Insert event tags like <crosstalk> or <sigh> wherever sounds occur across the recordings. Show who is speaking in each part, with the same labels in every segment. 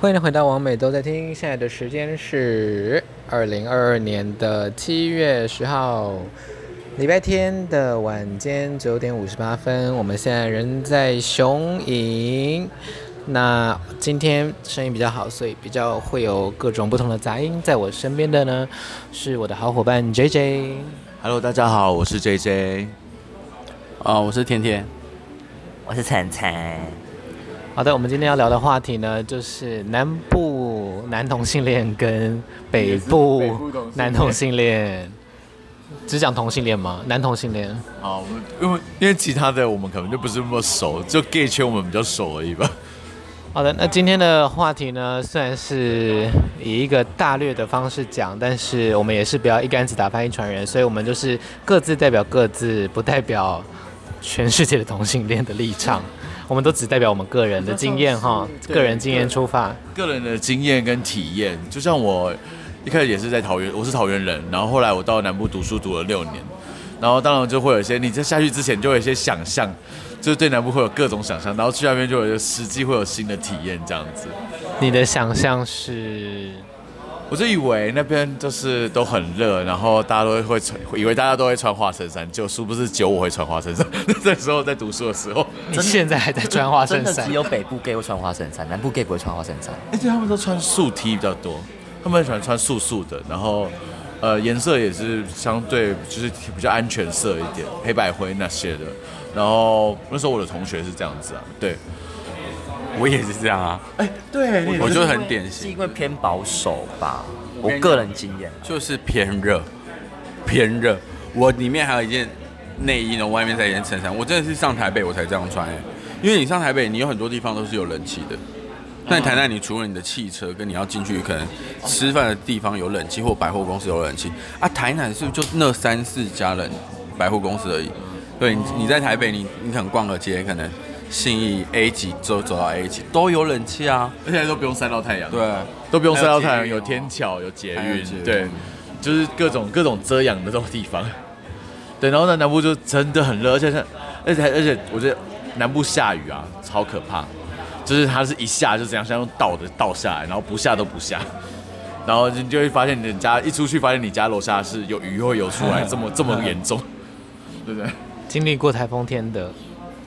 Speaker 1: 欢迎回到王美都在听，现在的时间是二零二二年的七月十号，礼拜天的晚间九点五十八分。我们现在人在雄影，那今天声音比较好，所以比较会有各种不同的杂音。在我身边的呢，是我的好伙伴 J J。
Speaker 2: Hello，大家好，我是 JJ。
Speaker 3: 啊、我是甜甜。
Speaker 4: 我是晨晨，
Speaker 1: 好的，我们今天要聊的话题呢，就是南部男同性恋跟北部
Speaker 2: 也是北部同性恋
Speaker 1: 男同性恋。只讲同性恋吗？男同性恋？
Speaker 2: 好，我们因为因为其他的我们可能就不是那么熟，就 gay 圈我们比较熟而已吧。 <laughs>
Speaker 1: 好的，那今天的话题呢，虽然是以一个大略的方式讲，但是我们也是不要一竿子打翻一船人，所以我们就是各自代表各自，不代表全世界的同性恋的立
Speaker 2: <laughs>
Speaker 1: 场，我们都只代表我们个人的经验哈，
Speaker 2: 对
Speaker 1: 个人经验出发。
Speaker 2: 个人的经验跟体验，就像我一开始也是在桃园，我是桃园人，然后后来我到南部读书读了六年，然后当然就会有一些你在下去之前就会有一些想象，就是对南部会有各种想象，然后去那边就有一个实际会有新的体验这样子。
Speaker 1: 你的想象是？
Speaker 2: 我就以为那边就是都很热，然后大家都会穿，以为大家都会穿花衬衫，就殊不知只有我会穿花衬衫。 <laughs> 那时候在读书的时候，
Speaker 1: <laughs> 你现在还在穿花
Speaker 4: 真
Speaker 1: 衬
Speaker 4: 的
Speaker 1: 衫
Speaker 4: 只？有北部 gay 会穿花衬衫，南部 gay 不会穿花衬衫。
Speaker 2: 而且哎他们都穿素 T 比较多，他们很喜欢穿素素的，然后呃颜色也是相对就是比较安全色一点，黑白灰那些的。然后那时候我的同学是这样子啊，对，
Speaker 3: <laughs> 我也是这样啊，
Speaker 2: 哎、对，你也是
Speaker 3: 我觉得很典
Speaker 4: 是
Speaker 3: 型
Speaker 4: 因，为偏保守吧，
Speaker 3: 我
Speaker 4: 我
Speaker 3: 跟你
Speaker 4: 个人经验。
Speaker 3: 就是偏热，偏热。我里面还有一件内衣，然后外面才一件衬衫。我真的是上台北我才这样穿、欸，因为你上台北，你有很多地方都是有冷气的。那你台南，你除了你的汽车跟你要进去可能吃饭的地方有冷气，或百货公司有冷气啊，台南是不是就那三四家冷百货公司而已？对，你你在台北，你你可能逛个街，可能信义 A 级走走到 A 级都有冷气啊，
Speaker 2: 而且都不用晒到太阳，
Speaker 3: 对，
Speaker 2: 都不用晒到太
Speaker 3: 还
Speaker 2: 阳，
Speaker 3: 有捷
Speaker 2: 有
Speaker 3: 运哦
Speaker 2: 天桥，有捷
Speaker 3: 还有
Speaker 2: 运
Speaker 3: 捷，运
Speaker 2: 对，就是各种各种遮阳的这种地方。 <laughs> 对，然后呢，南部就真的很热，而且像，而且而且，我觉得南部下雨啊，超可怕，就是它是一下就这样，像用倒的倒下来，然后不下都不下， <laughs> 然后你就会发现你的家一出去，发现你家楼下是有鱼会游出
Speaker 3: <laughs>
Speaker 2: 来，这么这么严重， <laughs> 对不对？
Speaker 1: 经历过台风天的，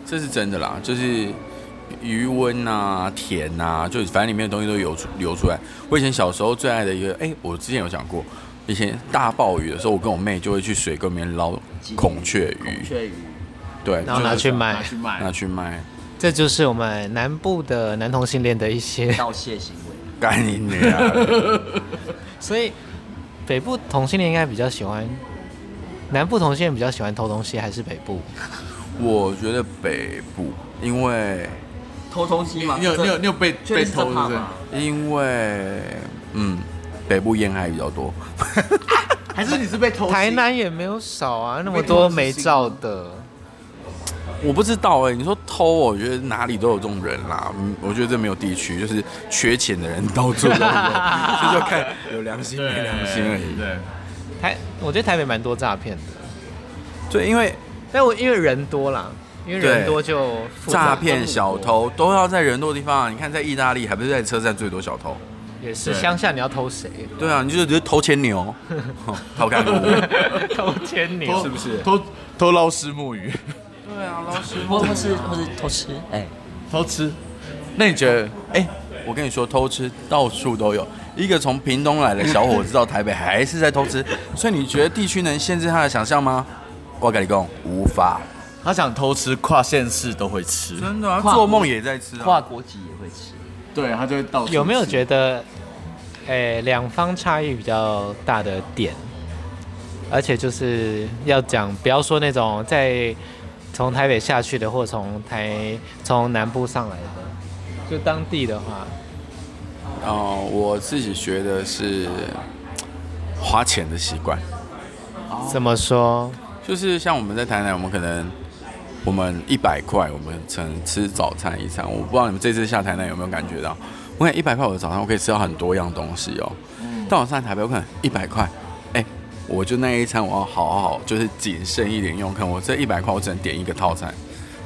Speaker 3: 这是真的啦，就是余温啊、甜啊，就是反正里面的东西都流出流出来。我以前小时候最爱的一个，哎、我之前有讲过，以前大暴雨的时候，我跟我妹就会去水沟里面捞孔雀鱼，
Speaker 4: 雀鱼，
Speaker 3: 对，
Speaker 1: 然后拿去卖
Speaker 2: 拿去卖，
Speaker 3: 拿去卖。
Speaker 1: 这就是我们南部的男同性恋的一
Speaker 4: <laughs>
Speaker 1: 些，
Speaker 4: 盗窃行为，
Speaker 3: 干你娘！
Speaker 1: 所以北部同性恋应该比较喜欢，南部同性恋比较喜欢偷东西，还是北部？
Speaker 3: 我觉得北部，因为
Speaker 4: 偷东西嘛
Speaker 2: 你有你有你有被
Speaker 4: 确
Speaker 2: 被
Speaker 4: 定是
Speaker 2: 偷是
Speaker 4: 怕
Speaker 2: 不是？
Speaker 4: 吗
Speaker 3: 因为嗯，北部沿海比较多。
Speaker 2: 还是你是被偷袭？
Speaker 1: 台南也没有少啊，那么多没照的。
Speaker 3: 我不知道哎、你说偷，我觉得哪里都有这种人啦。嗯，我觉得这没有地区，就是缺钱的人到 <laughs> 处都有，这就看有良心
Speaker 2: <laughs> 对
Speaker 3: 没良心而已。
Speaker 2: 对。
Speaker 1: 台，我觉得台北蛮多诈骗的，
Speaker 3: 对，因为
Speaker 1: 但我因为人多啦，因为人
Speaker 3: 对
Speaker 1: 多就复杂
Speaker 3: 诈骗小偷都要在人多的地方啊。你看，在意大利还不是在车站最多小偷？
Speaker 1: 也是
Speaker 2: 对
Speaker 1: 乡下你要偷
Speaker 4: <laughs>
Speaker 1: 谁？
Speaker 3: 对啊，你就只是偷牵 <laughs> 牛，哼偷干货。
Speaker 1: 偷牵牛
Speaker 3: 哎
Speaker 2: 偷偷偷捞虱目鱼， <laughs>
Speaker 3: 对啊，老师
Speaker 4: 或或是或是偷吃，哎，
Speaker 2: 偷吃。那你觉得？
Speaker 3: 哎、我跟你说，偷吃到处都有。一个从屏东来的小伙子到台北还是在偷吃，所以你觉得地区能限制他的想象吗？我跟你讲，无法。
Speaker 2: 他想偷吃，跨县市都会吃。
Speaker 3: 真的啊，
Speaker 4: 跨
Speaker 3: 做梦也在吃啊。
Speaker 4: 跨国籍也会吃，
Speaker 2: 对，他就会到
Speaker 1: 有没有觉得，诶、两方差异比较大的点，而且就是要讲，不要说那种在从台北下去的，或从台从南部上来的，就当地的话，
Speaker 3: 哦、我自己觉得是花钱的习惯，
Speaker 1: 怎么说？
Speaker 3: 就是像我们在台南，我们可能我们一百块，我们曾吃早餐一餐，我不知道你们这次下台南有没有感觉到，我看一百块我的早餐，我可以吃到很多样东西哦。但我上台北，我可能一百块，哎、我就那一餐我要好好就是谨慎一点用，可能我这一百块我只能点一个套餐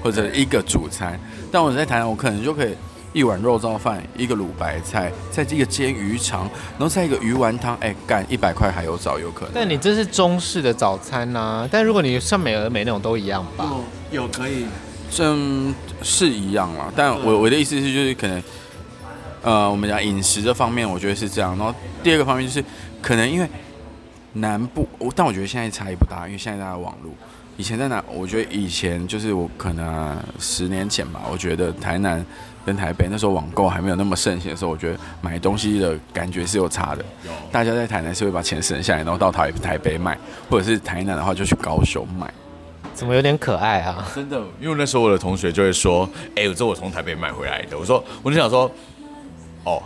Speaker 3: 或者一个主餐，但我在台南，我可能就可以一碗肉燥饭，一个卤白菜，再一个煎鱼肠，然后再一个鱼丸汤，哎、干一百块还有找有可能。
Speaker 1: 但你这是中式的早餐呐、但如果你像美而美那种都一样吧？
Speaker 5: 有有可以，
Speaker 3: 嗯，是一样啦，但我我的意思是，就是可能，呃，我们讲饮食这方面，我觉得是这样。然后第二个方面就是，可能因为南部，我但我觉得现在差异不大，因为现在大家网络。以前在南，我觉得以前就是我可能十年前吧，我觉得台南跟台北那时候网购还没有那么盛行的时候，我觉得买东西的感觉是有差的。大家在台南是会把钱省下来，然后到台台北买，或者是台南的话就去高雄买。
Speaker 1: 怎么有点可爱啊？
Speaker 2: 真的，因为那时候我的同学就会说：“哎、这我从台北买回来的。”我说，我就想说，哦，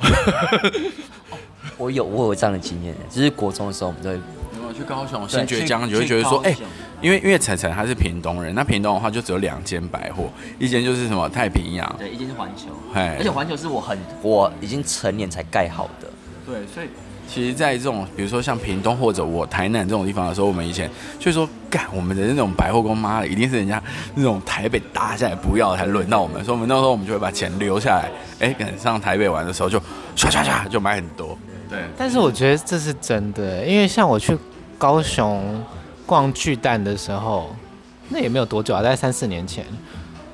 Speaker 4: 我有我有这样的经验，就是国中的时候我们都会
Speaker 3: 如果去高雄
Speaker 4: 对
Speaker 3: 新觉
Speaker 5: 去
Speaker 3: 江，你会
Speaker 5: 去
Speaker 3: 觉得说，
Speaker 5: 高
Speaker 3: 哎、
Speaker 5: 雄
Speaker 3: 因为因为晨晨他是屏东人，那屏东的话就只有两间百货，一间就是什么太平洋，
Speaker 4: 对，一间是环球，
Speaker 3: 哎
Speaker 4: 而且环球是我很我已经成年才盖好的，
Speaker 3: 对，所以其实，在这种比如说像屏东或者我台南这种地方的时候，我们以前就说，干我们的那种百货公妈的，一定是人家那种台北打下来不要才轮到我们，所以我们那时候我们就会把钱留下来，哎、可能上台北玩的时候就刷刷刷就买很多，
Speaker 2: 对，
Speaker 1: 但是我觉得这是真的，因为像我去高雄逛巨蛋的时候，那也没有多久啊，大概三四年前。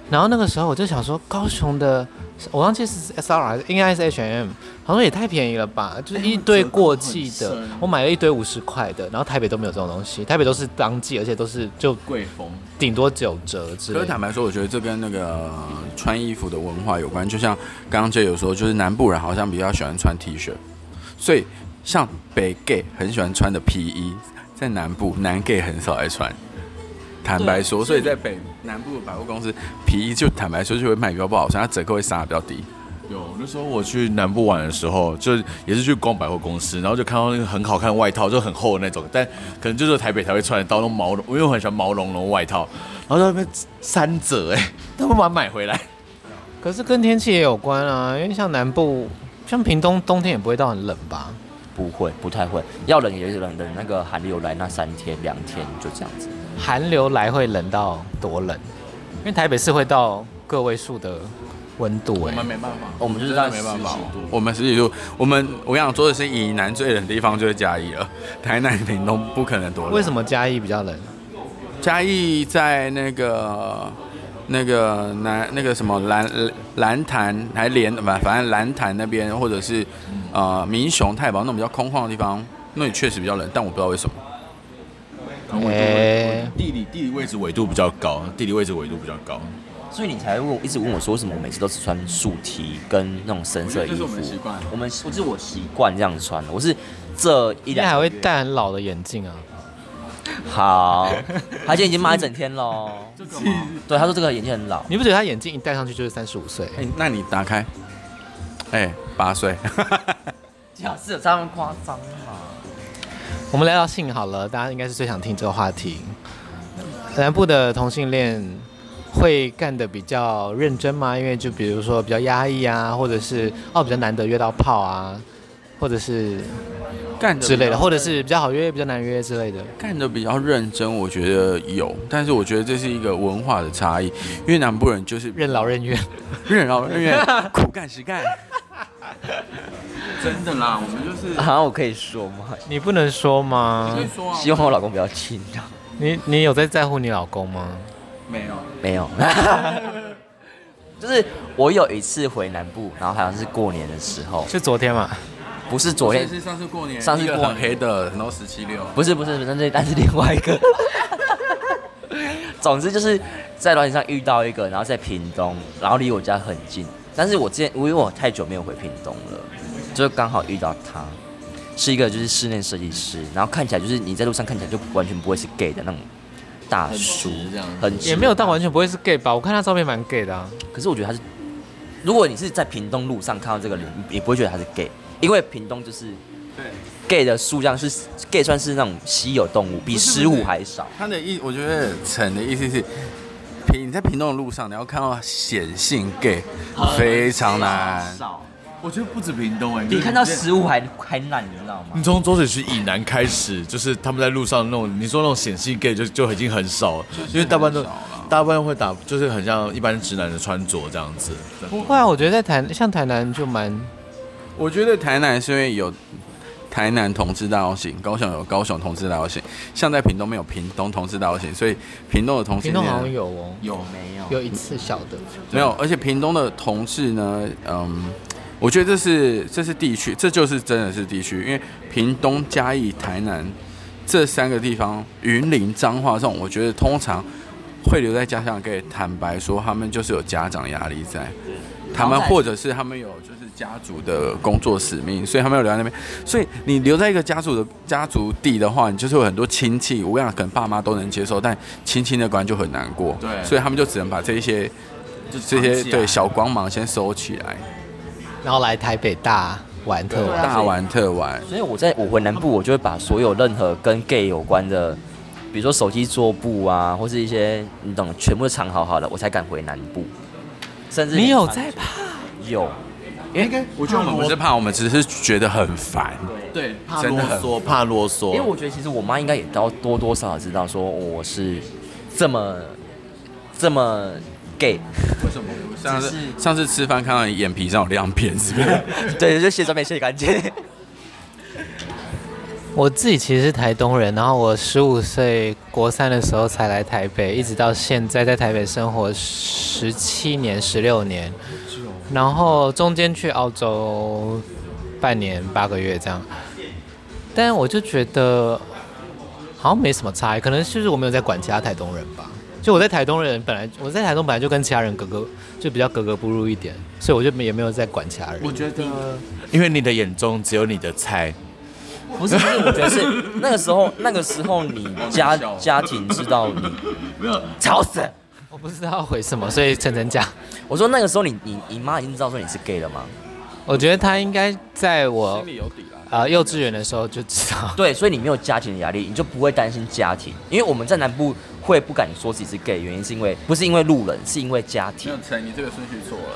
Speaker 1: 然后那个时候我就想说，高雄的我忘记是 S R 还是应该是 H M，好像也太便宜了吧，就是一堆过季
Speaker 5: 折扣
Speaker 1: 的
Speaker 5: 很深，
Speaker 1: 我买了一堆五十块的，然后台北都没有这种东西，台北都是当季，而且都是就
Speaker 2: 贵风
Speaker 1: 顶多九折之
Speaker 3: 可
Speaker 1: 类的
Speaker 3: 是坦。白说，我觉得这跟那个呃穿衣服的文化有关。就像刚刚 J 有说，就是南部人好像比较喜欢穿 T 恤，所以像北 gay 很喜欢穿的 P 衣，在南部南 gay 很少爱穿。坦白说，所以在北南部的百货公司，皮衣就坦白说就会卖比较不好穿，它折扣会杀得比较低。
Speaker 2: 有那时候我去南部玩的时候，就是也是去逛百货公司，然后就看到那个很好看的外套，就很厚的那种，但可能就是台北才会穿得到那种毛绒，因为我很喜欢毛茸茸的外套，然后在那边三折哎、他们把它买回来，
Speaker 1: 哎可是跟天气也有关啊，因为像南部，像屏东冬天也不会到很冷吧？
Speaker 4: 不会不太会，要冷也冷冷那个寒流来那三天两天就这样子，
Speaker 1: 寒流来会冷到多冷？因为台北是会到个位数的温度哎、
Speaker 3: 没办法，
Speaker 4: 我们就是在十几度
Speaker 3: 我们实际就我们我想说的是，以南最冷的地方就是嘉义了，台南、屏东不可能多冷。
Speaker 1: 为什么嘉义比较冷？
Speaker 3: 嘉义在那个那个南那个什么蓝蓝潭还连反反正蓝潭那边或者是呃民雄太保那种比较空旷的地方，那里确实比较冷，但我不知道为什么。
Speaker 1: 哎
Speaker 2: 地理地理位置纬度比较高，地理位置纬度比较高，
Speaker 4: 所以你才问我一直问我说为什么我每次都只穿竖 T 跟那种深色衣服，
Speaker 3: 我觉得这是我们的习惯
Speaker 4: 我们我是我习惯这样穿的，我是这一
Speaker 1: 应该还
Speaker 4: 两
Speaker 1: 会戴很老的眼镜啊。
Speaker 4: 好，他今天已经骂一整天喽，对，他 <laughs> 说这个眼睛很老，
Speaker 1: 你不觉得他眼镜一戴上去就是三十五岁？
Speaker 3: 哎、那你打开，哎、八岁，
Speaker 1: <laughs>
Speaker 4: 假是有这样夸张吗？
Speaker 1: 我们聊聊性好了，大家应该是最想听这个话题。南部的同性恋会干得比较认真吗？因为就比如说比较压抑啊，或者是哦比较难得约到炮啊，或者是
Speaker 3: 干
Speaker 1: 之类的，或者是比较好约比较难约之类的。
Speaker 3: 干的比较认真，我觉得有，但是我觉得这是一个文化的差异，因为南部人就是
Speaker 1: 任劳任怨，
Speaker 3: 任劳任怨，苦干
Speaker 1: <laughs>
Speaker 3: 实干。真的啦，我们就是
Speaker 4: 啊，我可以说吗？
Speaker 1: 你不能说吗？
Speaker 3: 说啊
Speaker 4: 希望我老公不要啊气到。
Speaker 1: 你你有在在乎你老公吗？
Speaker 3: 没有。
Speaker 4: 没有， <laughs> 就是我有一次回南部，然后好像是过年的时候，
Speaker 1: 是昨天嘛？
Speaker 4: 不是昨天，
Speaker 3: 是上次过年，
Speaker 4: 上次过年
Speaker 3: 很黑的，然后十七六，
Speaker 4: 不是不是，不是那但是另外一个。 <laughs> 总之就是在软体上遇到一个，然后在屏东，然后离我家很近，但是我之前因为我太久没有回屏东了，就刚好遇到他，是一个就是室内设计师，然后看起来就是你在路上看起来就完全不会是 gay 的那种大
Speaker 3: 哦
Speaker 4: 叔，
Speaker 5: 这样
Speaker 4: 很直
Speaker 1: 也没有到完全不会是 gay 吧？我看他照片蛮 gay 的啊。
Speaker 4: 可是我觉得他是，如果你是在屏东路上看到这个人，你你不会觉得他是 gay，因为屏东就是对 gay 的数量是 gay 算是那种稀有动物，比
Speaker 3: 不是
Speaker 4: 食物还少。
Speaker 3: 他的意，我觉得陈的意思是，平你在平东的路上，你要看到显性 gay 啊非常难。
Speaker 4: 少，
Speaker 5: 我觉得不止屏东哎，
Speaker 4: 比看到食物还还难，你知道吗
Speaker 2: 你？从浊水区以南开始，就是他们在路上那种，你说那种显性 gay 就就已经很少了，因为大半都
Speaker 3: 很少啦
Speaker 2: 大部分会打，就是很像一般直男的穿着这样子。
Speaker 1: 不会啊，我觉得在台像台南就蛮
Speaker 3: 我觉得台南是因为有台南同志大游行，高雄有高雄同志大游行，像在屏东没有屏东同志大游行，所以屏东的同志
Speaker 1: 平东好像有哦，
Speaker 5: 有
Speaker 4: 没有
Speaker 1: 有一次小的，
Speaker 3: 没有，而且屏东的同志呢，嗯，我觉得这是这是地区，这就是真的是地区，因为屏东、嘉义、台南这三个地方，云林、彰化这种，我觉得通常会留在家乡，可以坦白说，他们就是有家长压力在，他们或者是他们有就是家族的工作使命，所以他们要留在那边。所以你留在一个家族的家族地的话，你就是有很多亲戚，我想可能爸妈都能接受，但亲戚那关就很难过，
Speaker 5: 对
Speaker 3: 所以他们就只能把这一些。
Speaker 5: 就
Speaker 3: 这些
Speaker 5: 藏起来
Speaker 3: 对小光芒先收起来，
Speaker 1: 然后来台北大玩特
Speaker 4: 对
Speaker 1: 玩。
Speaker 4: 啊
Speaker 3: 大玩特玩。
Speaker 4: 所以我在我回南部，我就会把所有任何跟 gay 有关的，比如说手机桌布啊，或是一些你懂的，全部都藏好好了，我才敢回南部。甚至
Speaker 1: 你有
Speaker 4: 连
Speaker 1: 在怕？
Speaker 4: 有，
Speaker 5: 应
Speaker 2: 欸
Speaker 5: 该
Speaker 3: 我觉得我们不是怕，我们只是觉得很烦。
Speaker 5: 对
Speaker 2: 怕
Speaker 3: 真
Speaker 2: 啰
Speaker 3: 的
Speaker 2: 嗦，怕啰嗦。
Speaker 4: 因为我觉得其实我妈应该也都多多少少知道，说哦我是这么这么 gay， <laughs>
Speaker 3: 为什么？上次
Speaker 4: 只是
Speaker 3: 上次吃饭看到你眼皮上有亮片，是不是？ <laughs>
Speaker 4: 对，就卸妆没卸干净。
Speaker 1: 我自己其实是台东人，然后我十五岁国三的时候才来台北，一直到现在在台北生活十七年、十六年，然后中间去澳洲半年八个月这样，但我就觉得好像没什么差异，可能就是我没有在管其他台东人吧。就我在台东人本来我在台东本来就跟其他人格格就比较格格不入一点，所以我就也没有在管其他人。
Speaker 5: 觉得
Speaker 2: 因为你的眼中只有你的菜，
Speaker 4: 不是不是，我觉得是那个时候，那个时候你家家庭知道你
Speaker 5: 没有
Speaker 4: 吵死了。
Speaker 1: 我不知道回什么，所以晨晨讲。
Speaker 4: 我说那个时候你你你妈已经知道说你是 gay 了吗？
Speaker 1: 我觉得他应该在我
Speaker 3: 里有底啦。
Speaker 1: 呃幼稚园的时候就知道， <laughs>
Speaker 4: 对，所以你没有家庭的压力，你就不会担心家庭。因为我们在南部会不敢说自己是 gay，原因是因为不是因为路人，是因为家
Speaker 3: 没
Speaker 4: 庭
Speaker 3: 有。成，你这个顺序错了。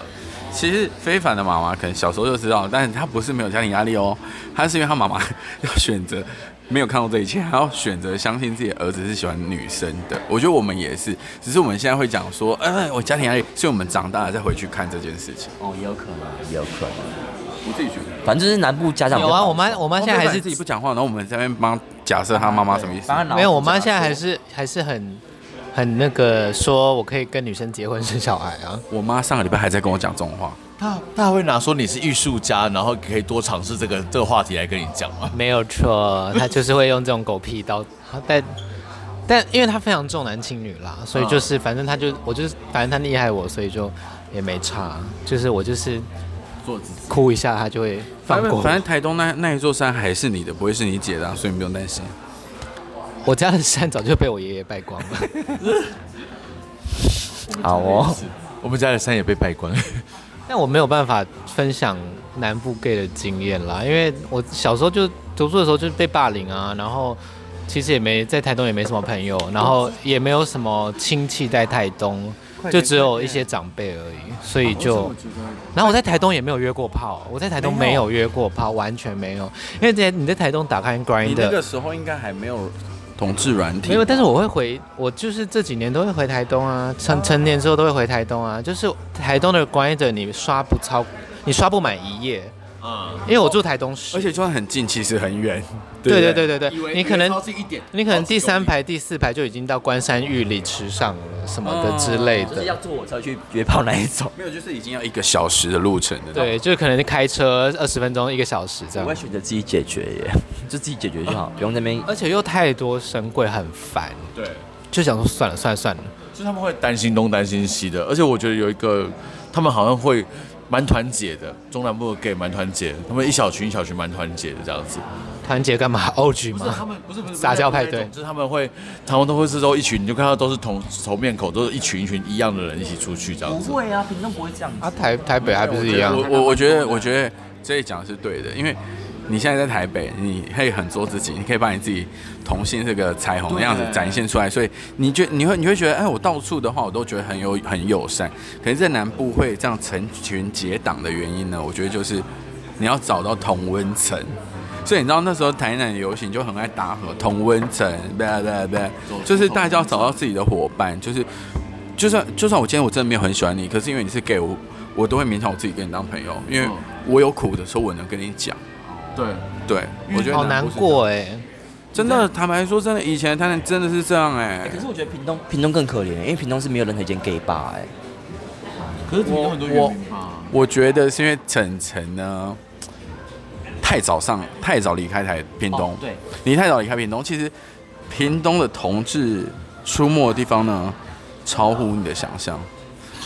Speaker 3: 其实非凡的妈妈可能小时候就知道，但是她不是没有家庭压力哦，她是因为她妈妈要选择没有看过这一切，还要选择相信自己的儿子是喜欢女生的。我觉得我们也是，只是我们现在会讲说，哎、我家庭压力，所以我们长大了再回去看这件事情。
Speaker 4: 哦，也有可能，也有可能。
Speaker 3: 我自己觉得。
Speaker 4: 反正就是南部家长比
Speaker 1: 有
Speaker 4: 较
Speaker 1: 啊，
Speaker 4: 保
Speaker 1: 我妈我妈现在还
Speaker 3: 自
Speaker 1: 是啊
Speaker 3: 己不讲话，然后我们在那边帮假设他妈妈什么意思
Speaker 4: 帮？他脑补
Speaker 1: 没有，我妈
Speaker 4: 假
Speaker 1: 现在还
Speaker 4: 说
Speaker 1: 是还是很很那个，说我可以跟女生结婚生小孩啊。
Speaker 3: 我妈上个礼拜还在跟我讲这种话，
Speaker 2: 他他还会拿说你是艺术家，然后可以多尝试这个这个话题来跟你讲吗？
Speaker 1: 没有错，她就是会用这种狗屁 <laughs> 刀，但但因为她非常重男轻女啦，所以就是反正她就我就是反正她厉害我，所以就也没差，就是我就是
Speaker 5: 做自己，
Speaker 1: 哭一下她就会放
Speaker 3: 反正
Speaker 1: 过
Speaker 3: 反
Speaker 1: 我。
Speaker 3: 正台东那那一座山还是你的，不会是你姐的啊、所以你不用担心。
Speaker 1: 我家的山早就被我爷爷败光了。
Speaker 4: 好哦，
Speaker 2: 我们家的山也被败光了，
Speaker 1: 但我没有办法分享南部 gay 的经验啦，因为我小时候就读书的时候就是被霸凌啊，然后其实也没在台东也没什么朋友，然后也没有什么亲戚在台东，就只有一些长辈而已，所以就
Speaker 5: 我，觉得
Speaker 1: 然后我在台东也没有约过炮，我在台东没有约过炮，完全没有，因为之前你在台东打开 Grind
Speaker 3: 时候应该还没有同志软体
Speaker 1: 没有，但是我会回，我就是这几年都会回台东啊，
Speaker 3: 哦
Speaker 1: 成成年之后都会回台东啊。就是台东的 Grinder，你刷不超，你刷不满一页，嗯，因为我住台东市，
Speaker 3: 啊而且就算很近，其实很远。
Speaker 1: 对对对
Speaker 3: 不
Speaker 1: 对
Speaker 5: 以为
Speaker 1: 对，你可能
Speaker 5: 以为超市一点，
Speaker 1: 你可能第三排、第四排就已经到关山玉里池上了什么的之类
Speaker 4: 就是
Speaker 3: 嗯
Speaker 1: 的，
Speaker 4: 要坐火车去约炮那一种。
Speaker 3: 没有，就是已经要一个小时的路程的。，
Speaker 1: 对，就是可能开车二十分钟、一个小时这
Speaker 4: 我会
Speaker 1: 样，
Speaker 4: 选择自己解决耶， <laughs> 就自己解决就好，不用在那边。
Speaker 1: 而且又太多神贵，很烦，
Speaker 2: 对，
Speaker 1: 就想说算了算了算了，
Speaker 2: 就是他们会担心东担心西的，而且我觉得有一个，他们好像会蛮团结的，中南部的 gay 蛮团结的，他们一小群一小群蛮团结的这样子。
Speaker 1: 团结干嘛？O <laughs> G
Speaker 2: 不是他
Speaker 1: 吗？
Speaker 2: 们不是不是
Speaker 1: 杂交派对
Speaker 2: 不是那种就是他们会，他们都会是都一群，你就看到都是同同面孔，都是一群一群一样的人一起出去这样子。
Speaker 4: 啊，平常不会这样。
Speaker 1: 啊，台台北还不是一样？
Speaker 3: 我我我觉得我觉得这里讲的是对的，因为你现在在台北，你可以很做自己，你可以把你自己同性这个彩虹的样子展现出来，所以你觉你会你会觉得，哎，我到处的话，我都觉得很有很友善。可是，在南部会这样成群结党的原因呢，我觉得就是你要找到同温层。所以你知道那时候台南游行就很爱打什么同温层，blah blah blah，就是大家要找到自己的伙伴，就是就算就算我今天我真的没有很喜欢你，可是因为你是 gay，我我都会勉强我自己跟你当朋友，因为
Speaker 5: 嗯
Speaker 3: 我有苦的时候我能跟你讲。
Speaker 5: 对，
Speaker 3: 对，
Speaker 5: 嗯
Speaker 3: 我觉得
Speaker 1: 好难
Speaker 3: 是这样
Speaker 1: 过哎、
Speaker 3: 真的，坦白说，真的，以前的台南真的是这样哎、
Speaker 4: 哎可是我觉得屏东屏东更可怜，因为屏东是没有任何一间 gay bar 哎、
Speaker 5: 可是你有很多原因吧？
Speaker 3: 我觉得是因为晨晨呢太早上太早离开台屏东，
Speaker 5: 哦对，
Speaker 3: 你太早离开屏东，其实屏东的同志出没的地方呢，超乎你的想象，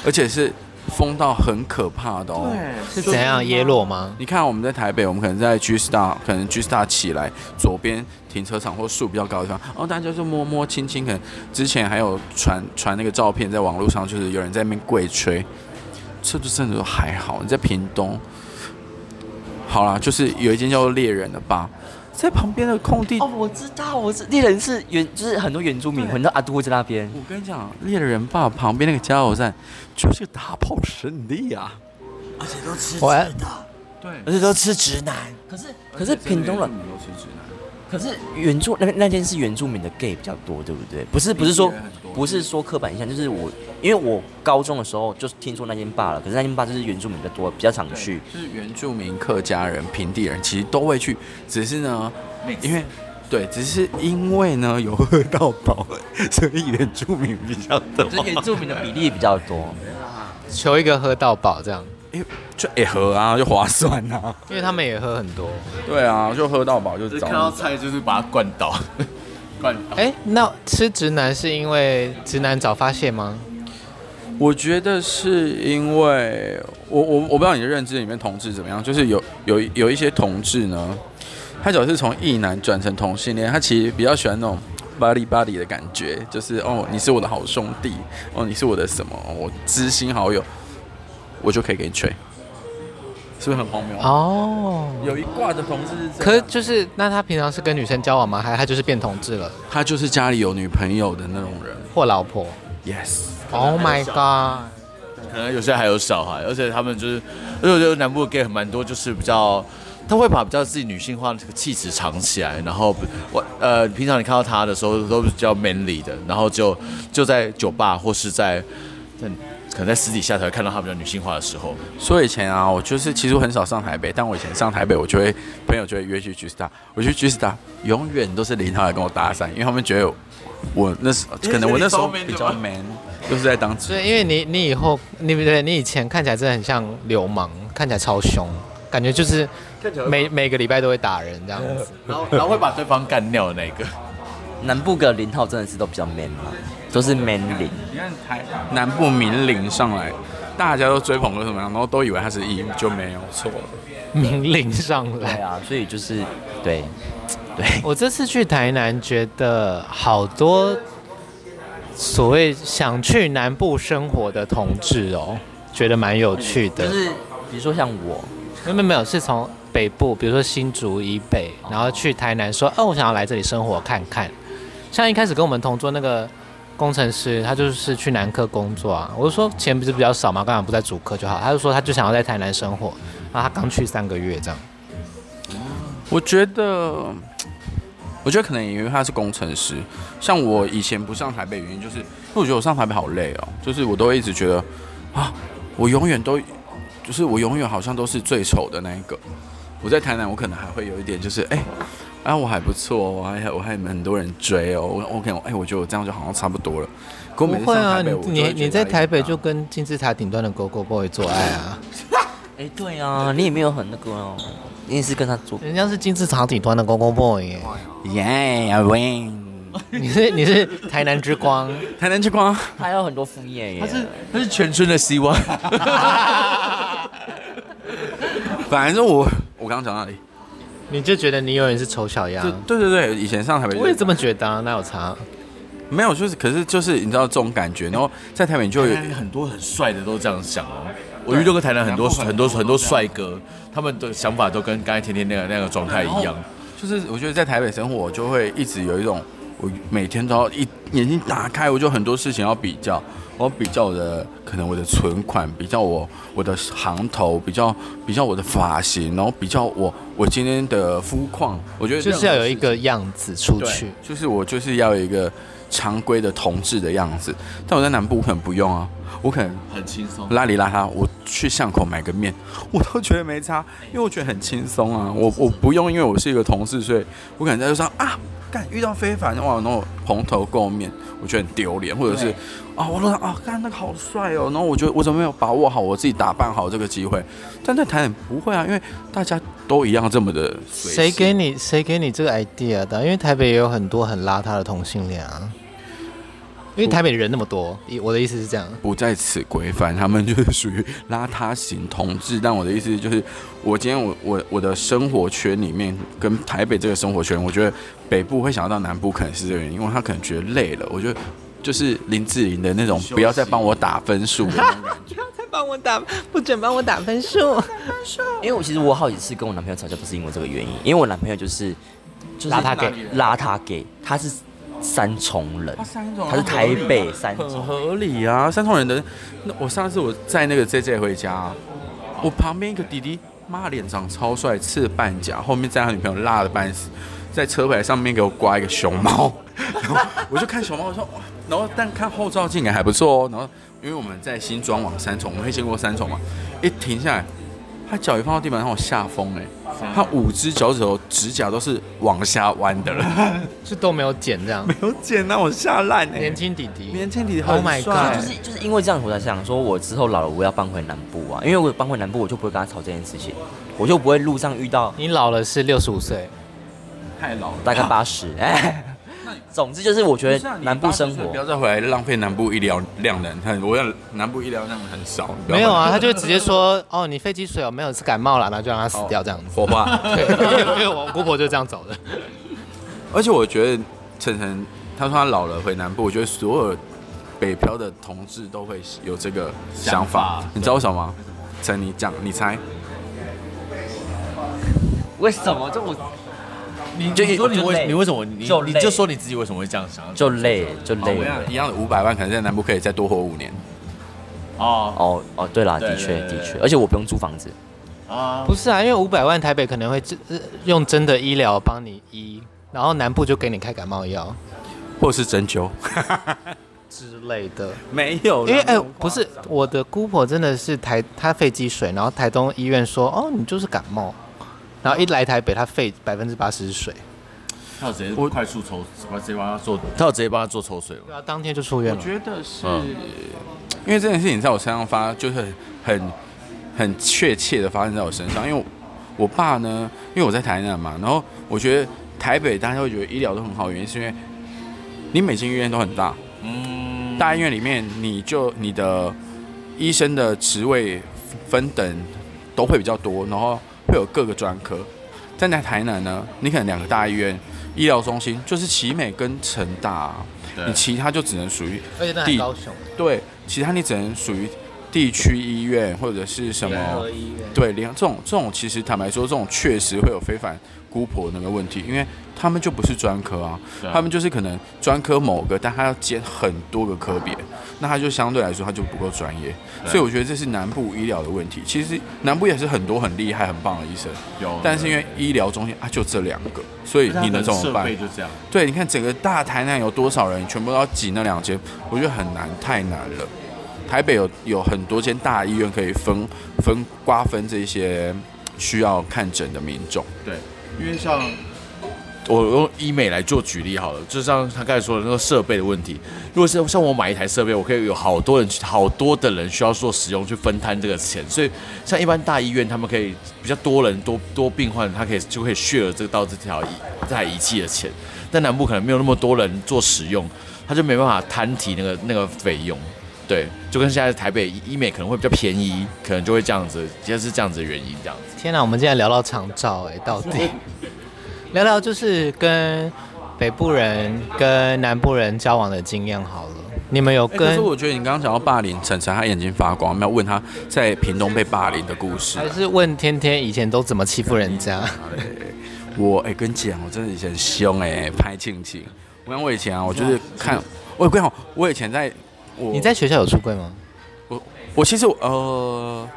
Speaker 3: 而且是疯到很可怕的哦。
Speaker 1: 是怎样耶落吗？
Speaker 3: 你看我们在台北，我们可能在 G Star，可能 G Star 起来左边停车场或树比较高的地方，然后大家就摸摸亲亲，可能之前还有传传那个照片在网络上，就是有人在那边跪吹，这就真的都还好。你在屏东，好啦，就是有一间叫做猎人的吧，在旁边的空地。
Speaker 4: 哦，我知道，我知猎人是原就是很多原住民，很多阿都会在那边。
Speaker 3: 我跟你讲，猎人吧旁边那个加油站就是个打炮圣地啊！
Speaker 1: 我还
Speaker 4: 而且都吃直男。可是哦可是屏东人，可是原住那那间是原住民的 gay 比较多，对不对？不是不是说
Speaker 3: 也很多
Speaker 4: 不是说刻板印象，就是我因为我高中的时候就是听说那间罢了，可是那间罢就是原住民的多，比较常去。
Speaker 3: 就是原住民、客家人、平地人，其实都会去，只是呢，因为对，只是因为呢有喝到饱，所以原住民比较多。
Speaker 4: 就是原住民的比例比较多，
Speaker 1: 求一个喝到饱这样，
Speaker 3: 因为就也喝啊，就划算啊。
Speaker 1: 因为他们也喝很多。
Speaker 3: 对啊，就喝到饱就
Speaker 2: 就是
Speaker 3: 找
Speaker 2: 看到
Speaker 3: 你。
Speaker 2: 菜就是把它灌倒， <laughs> 灌倒。
Speaker 1: 哎、那吃直男是因为直男早发现吗？
Speaker 3: 我觉得是因为我我我不知道你的认知里面同志怎么样，就是有有有一些同志呢，他只要是从异男转成同性恋，他其实比较喜欢那种。巴里巴里的感觉，就是哦，你是我的好兄弟，哦，你是我的什么，哦我知心好友，我就可以给你吹，是不是很荒谬？
Speaker 1: 哦，
Speaker 3: 有一挂的同志是这样，
Speaker 1: 可是就是那他平常是跟女生交往吗？还他就是变同志了
Speaker 3: 他就是家里有女朋友的那种人
Speaker 1: 或老婆
Speaker 3: ，yes。
Speaker 1: ？Oh my <laughs> god！
Speaker 2: 可能有些还有小孩，而且他们就是，而且我觉得南部的 gay 很蛮多，就是比较，他会把比较自己女性化的这个气质藏起来，然后不我呃，平常你看到他的时候都比较 manly 的，然后就就在酒吧或是在，在可能在私底下才会看到他比较女性化的时候。
Speaker 3: 所以以前啊，我就是其实我很少上台北，但我以前上台北，我就会朋友就会约去 G Star，我去 G Star 永远都是林浩来跟我搭讪，因为他们觉得我那时可能我那时候比较 man，就是在当 <laughs>
Speaker 1: 所以因为你你以后你不对，你以前看起来真的很像流氓，看起来超凶，感觉就是每每个礼拜都会打人这样 <laughs> 子。
Speaker 2: 然后然后会把对方干掉的那
Speaker 3: <laughs>
Speaker 2: 个，
Speaker 4: 南部的零号真的是都比较 man 嘛，都是 man 零。
Speaker 3: 你看台南部民林上来，大家都追捧个什么样，然后都以为他是一，就没有错了。
Speaker 1: 命令上
Speaker 4: 对
Speaker 1: 来。
Speaker 4: 啊，所以就是对对，
Speaker 1: 我这次去台南，觉得好多所谓想去南部生活的同志哦，觉得蛮有趣的
Speaker 4: 就。是比如说像我，
Speaker 1: 没有没有没有，是从北部，比如说新竹以北，然后去台南说，哦，我想要来这里生活看看。像一开始跟我们同桌那个工程师，他就是去南科工作啊。我就说钱不是比较少嘛，干嘛不在主科就好？他就说他就想要在台南生活，然后他刚去三个月这样。
Speaker 3: 我觉得，我觉得可能因为他是工程师，像我以前不上台北，原因就是因为我觉得我上台北好累哦，就是我都会一直觉得啊，我永远都就是我永远好像都是最丑的那一个。我在台南，我可能还会有一点就是哎。啊，我还不错哦，我还我还有很多人追哦，我我可能哎，我觉得我这样就好像差不多了。可我每次上台北我就
Speaker 1: 啊你
Speaker 3: 会觉得
Speaker 1: 你在
Speaker 3: 压力
Speaker 1: 台北
Speaker 3: 很大
Speaker 1: 就跟金字塔顶端的狗狗 boy 做爱啊？
Speaker 4: 哎、对啊，你也没有很那个哦，你也是跟他做
Speaker 1: 人家是金字塔顶端的狗狗 boy，耶
Speaker 3: Yeah，I win。
Speaker 1: 你是你是台南之光。
Speaker 3: 台南之光，啊
Speaker 4: 他有很多副业耶。
Speaker 2: 他是全村的希望。
Speaker 3: 反正我我刚刚讲到哪里？
Speaker 1: 你就觉得你永远是丑小鸭
Speaker 3: 对，对对对，以前上台北就是
Speaker 1: 我也这么觉得、啊，那有差？
Speaker 3: 没有，就是可是就是你知道这种感觉，然后在台北你就有
Speaker 2: 台南
Speaker 1: 嗯
Speaker 2: 很多很帅的都这样想哦。我遇到过台南很多
Speaker 3: 南部很
Speaker 2: 很多很多帅哥，他们的想法都跟刚才天天那个那个状态一样。
Speaker 3: 就是我觉得在台北生活，我就会一直有一种我每天都要一眼睛打开，我就很多事情要比较，我要比较我的可能我的存款，比较我我的行头，比较比较我的发型，然后比较我我今天的肤况，我觉得
Speaker 1: 就是要有一
Speaker 3: 任何事情
Speaker 1: 个样子出去
Speaker 3: 对，，就是我就是要有一个常规的同志的样子，但我在南部我可能不用啊，我可能
Speaker 5: 很轻松。
Speaker 3: 邋里邋遢，我去巷口买个面，我都觉得没差，因为我觉得很轻松啊。我我不用，因为我是一个同事，所以我可能在路上啊，干遇到非凡哇，然后我蓬头垢面，我觉得很丢脸，或者是
Speaker 5: 对
Speaker 3: 啊，我路上啊，干那个好帅哦，然后我觉得我怎么没有把握好我自己打扮好这个机会？但在台南不会啊，因为大家都一样这么的随性。
Speaker 1: 谁给你谁给你这个 idea 的？因为台北也有很多很邋遢的同性恋啊，因为台北人那么多，以我的意思是这样。
Speaker 3: 不在此规范，他们就是属于邋遢型同志。但我的意思就是，我今天我我我的生活圈里面，跟台北这个生活圈，我觉得北部会想要到南部，可能是这个原因，因为他可能觉得累了。我觉得就是林志玲的那种，不要再帮我打分数了。
Speaker 1: 帮我打，不准帮我打分数。
Speaker 4: 因为我其实我好几次跟我男朋友吵架，不是因为这个原因，因为我男朋友就是就是
Speaker 1: 邋遢 gay
Speaker 4: 邋遢 gay，他是三重人，他是台北三
Speaker 3: 很
Speaker 4: 重，
Speaker 3: 合理啊，三重人的。那我上次我在那个 JJ 回家、我旁边一个弟弟，妈脸长超帅，刺了半甲，后面站他女朋友辣的半死，在车牌上面给我刮一个熊猫， <laughs> 然后我就看熊猫，我说哇，然后但看后照镜也还不错哦，然后因为我们在新庄往三重，我们会经过三重嘛，一停下来。他脚一放到地板上，我吓疯哎！他五只脚趾头指甲都是往下弯的 <laughs> 了，
Speaker 1: 就都没有剪这样
Speaker 3: 没，有剪到我吓烂哎！
Speaker 1: 年轻弟弟
Speaker 3: 年轻弟
Speaker 1: Oh
Speaker 3: 很
Speaker 1: my
Speaker 3: 帅
Speaker 1: god
Speaker 4: 就是就是因为这样我才想说，我之后老了我要搬回南部啊，因为我搬回南部我就不会跟他吵这件事情，我就不会路上遇到
Speaker 1: 你老了是六十五岁，
Speaker 3: 太老了，
Speaker 4: 大概八十哎。总之就是我觉
Speaker 3: 不是啊
Speaker 4: 得
Speaker 3: 你
Speaker 4: 南部
Speaker 3: 80
Speaker 4: 生
Speaker 3: 岁
Speaker 4: 活
Speaker 3: 不要再回来浪费南部医疗量能，很我要南部医疗量很少，你不要
Speaker 1: 没有啊，他就直接说，哦，你肺积水哦，没有是感冒了，然后就让他死掉这样子。
Speaker 3: 火化。
Speaker 1: <laughs> 对，因为我姑婆就这样走的。
Speaker 3: 而且我觉得晨晨他说他老了回南部，我觉得所有北漂的同志都会有这个想法，
Speaker 5: 想法
Speaker 3: 你知道为什么吗？陈，你讲，你猜，
Speaker 4: 为什么就我
Speaker 2: 你就
Speaker 4: 你
Speaker 2: 你
Speaker 4: 说
Speaker 2: 说
Speaker 4: 你
Speaker 2: 你
Speaker 4: 为
Speaker 2: 为你为什么你
Speaker 4: 就累
Speaker 2: 你就说你自己为什么会这样想？
Speaker 4: 就累就累了
Speaker 3: 一样的五百万，可能在南部可以再多活五年。
Speaker 5: 哦
Speaker 4: 哦哦对啦，
Speaker 5: 对
Speaker 4: 的确
Speaker 5: 对对
Speaker 4: 的
Speaker 5: 对
Speaker 4: 确，而且我不用租房子，
Speaker 5: 啊，
Speaker 1: 不是啊，因为五百万台北可能会真呃用真的医疗帮你医，然后南部就给你开感冒药
Speaker 3: 或是针灸，
Speaker 1: 之类的。
Speaker 3: 没有啦
Speaker 1: 因为哎、
Speaker 3: 那种
Speaker 1: 不是
Speaker 3: 夸张
Speaker 1: 我的姑婆真的是台，她肺积水，然后台东医院说，哦，你就是感冒，然后一来台北，她肺百分之八十是水，
Speaker 5: 他有直接
Speaker 3: 我
Speaker 5: 快速抽，把直接帮他做
Speaker 2: 他有直接帮他做抽水吗？
Speaker 1: 对啊，当天就出院
Speaker 5: 我
Speaker 1: 了。
Speaker 5: 觉得是，
Speaker 3: 因为这件事情在我身上发，就是很很很确切的发生在我身上。因为我我爸呢，因为我在台南嘛，然后我觉得台北大家会觉得医疗都很好，原因是因为你每间医院都很大，
Speaker 5: 嗯，
Speaker 3: 大医院里面你就你的医生的职位分等都会比较多，然后会有各个专科。但在台南呢，你可能两个大医院、医疗中心就是奇美跟成大啊、
Speaker 5: 对
Speaker 3: 你其他就只能属于
Speaker 1: 而且那还
Speaker 3: 地
Speaker 1: 高雄
Speaker 3: 对，其他你只能属于地区医院或者是什
Speaker 1: 联合
Speaker 3: 么
Speaker 1: 医院，
Speaker 3: 对联这种这种，其实坦白说，这种确实会有非凡姑婆那个问题，因为他们就不是专科啊，
Speaker 5: 对
Speaker 3: 他们就是可能专科某个，但他要兼很多个科别，那他就相对来说他就不够专业，
Speaker 5: 对
Speaker 3: 所以我觉得这是南部医疗的问题。其实南部也是很多很厉害、很棒的医生，
Speaker 5: 有，
Speaker 3: 但是因为医疗中心啊就这两个，所以你能怎么
Speaker 5: 设
Speaker 3: 办
Speaker 5: 备？就这样，
Speaker 3: 对，你看整个大台南有多少人，全部都要挤那两间，我觉得很难，太难了。台北有有很多间大医院可以分分瓜分这些需要看诊的民众。
Speaker 5: 对，因为像
Speaker 2: 我用医美来做举例好了，就像他刚才说的那个设备的问题。如果是像我买一台设备，我可以有好多人去、好多的人需要做使用去分摊这个钱。所以像一般大医院，他们可以比较多人、多多病患，他可以就可以 share 这个到这条仪这台仪器的钱。但南部可能没有那么多人做使用，他就没办法摊提那个那个费用。对，就跟现在台北医医美可能会比较便宜，可能就会这样子，就是这样子的原因这样子。
Speaker 1: 天哪、我们竟然聊到长照哎、到底聊聊就是跟北部人跟南部人交往的经验好了。你们有
Speaker 3: 欸可
Speaker 1: 跟、
Speaker 3: 是我觉得你刚刚讲到霸凌，晨晨他眼睛发光，我们要问他在屏东被霸凌的故事
Speaker 1: 还。是问天天以前都怎么欺负人家？
Speaker 3: 我哎、跟你讲，我真的以前很凶哎、拍庆庆。我想我以前啊，我就是看，我跟你讲，我以前在我
Speaker 1: 你在学校有出柜吗？
Speaker 3: 我其实我呃，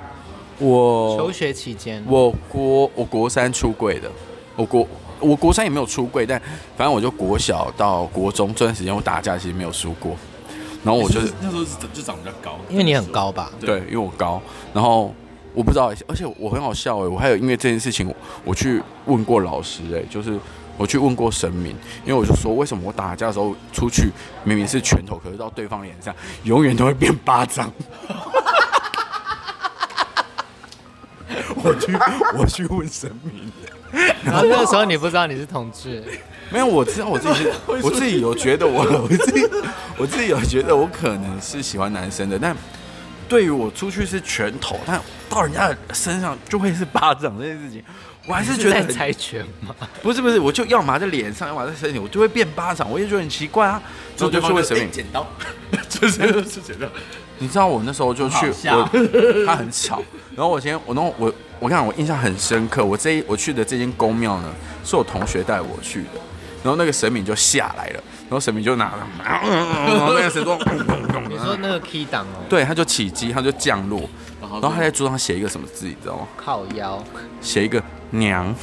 Speaker 3: 我
Speaker 1: 求学期间，
Speaker 3: 我国我国三出柜的，我国我国三也没有出柜，但反正我就国小到国中这段时间我打架其实没有输过，然后我 <laughs> 就是
Speaker 2: 那时候是就长比较高，
Speaker 1: 因为你很高吧？
Speaker 3: 对，因为我高，然后我不知道，而且我很好笑哎、我还有因为这件事情我，我去问过老师哎、就是我去问过神明，因为我就说为什么我打架的时候出去明明是拳头，可是到对方脸上永远都会变巴掌。 <laughs> 我去， <laughs> 我去问神明，
Speaker 1: 然后 <laughs> 那个时候你不知道你是同志，
Speaker 3: 没有，我知道我自己是，我自己有觉得我， <laughs> 我自己，我自己有觉得我可能是喜欢男生的，但对于我出去是拳头，但到人家的身上就会是巴掌这件事情，我还是觉得
Speaker 1: 在
Speaker 3: 很
Speaker 1: 猜拳吗？
Speaker 3: 不是不是，我就要么在脸上，要么在身体，我就会变巴掌，我也觉得很奇怪啊。
Speaker 2: 然
Speaker 3: 这
Speaker 2: 后对
Speaker 3: 就是
Speaker 2: 方
Speaker 3: 为
Speaker 2: 就
Speaker 3: 什
Speaker 2: 什
Speaker 3: 么
Speaker 2: 么？剪
Speaker 3: <laughs>
Speaker 2: 刀， <laughs> 就是是剪刀，
Speaker 3: 你知道我那时候就去，
Speaker 5: 好笑
Speaker 3: 我他很吵，然后我今天我弄我我跟你讲，我印象很深刻，我这一我去的这间宫庙呢，是我同学带我去的，然后那个神明就下来了，然后神明就拿
Speaker 2: <laughs>
Speaker 3: 了，然后那个神说，
Speaker 1: 你说那个 key 档哦，
Speaker 3: 对，他就起鸡，他就降落，
Speaker 2: 然
Speaker 3: 然后他在桌上写一个什么字，你知道吗？
Speaker 1: 靠腰，
Speaker 3: 写一个娘。
Speaker 1: 哦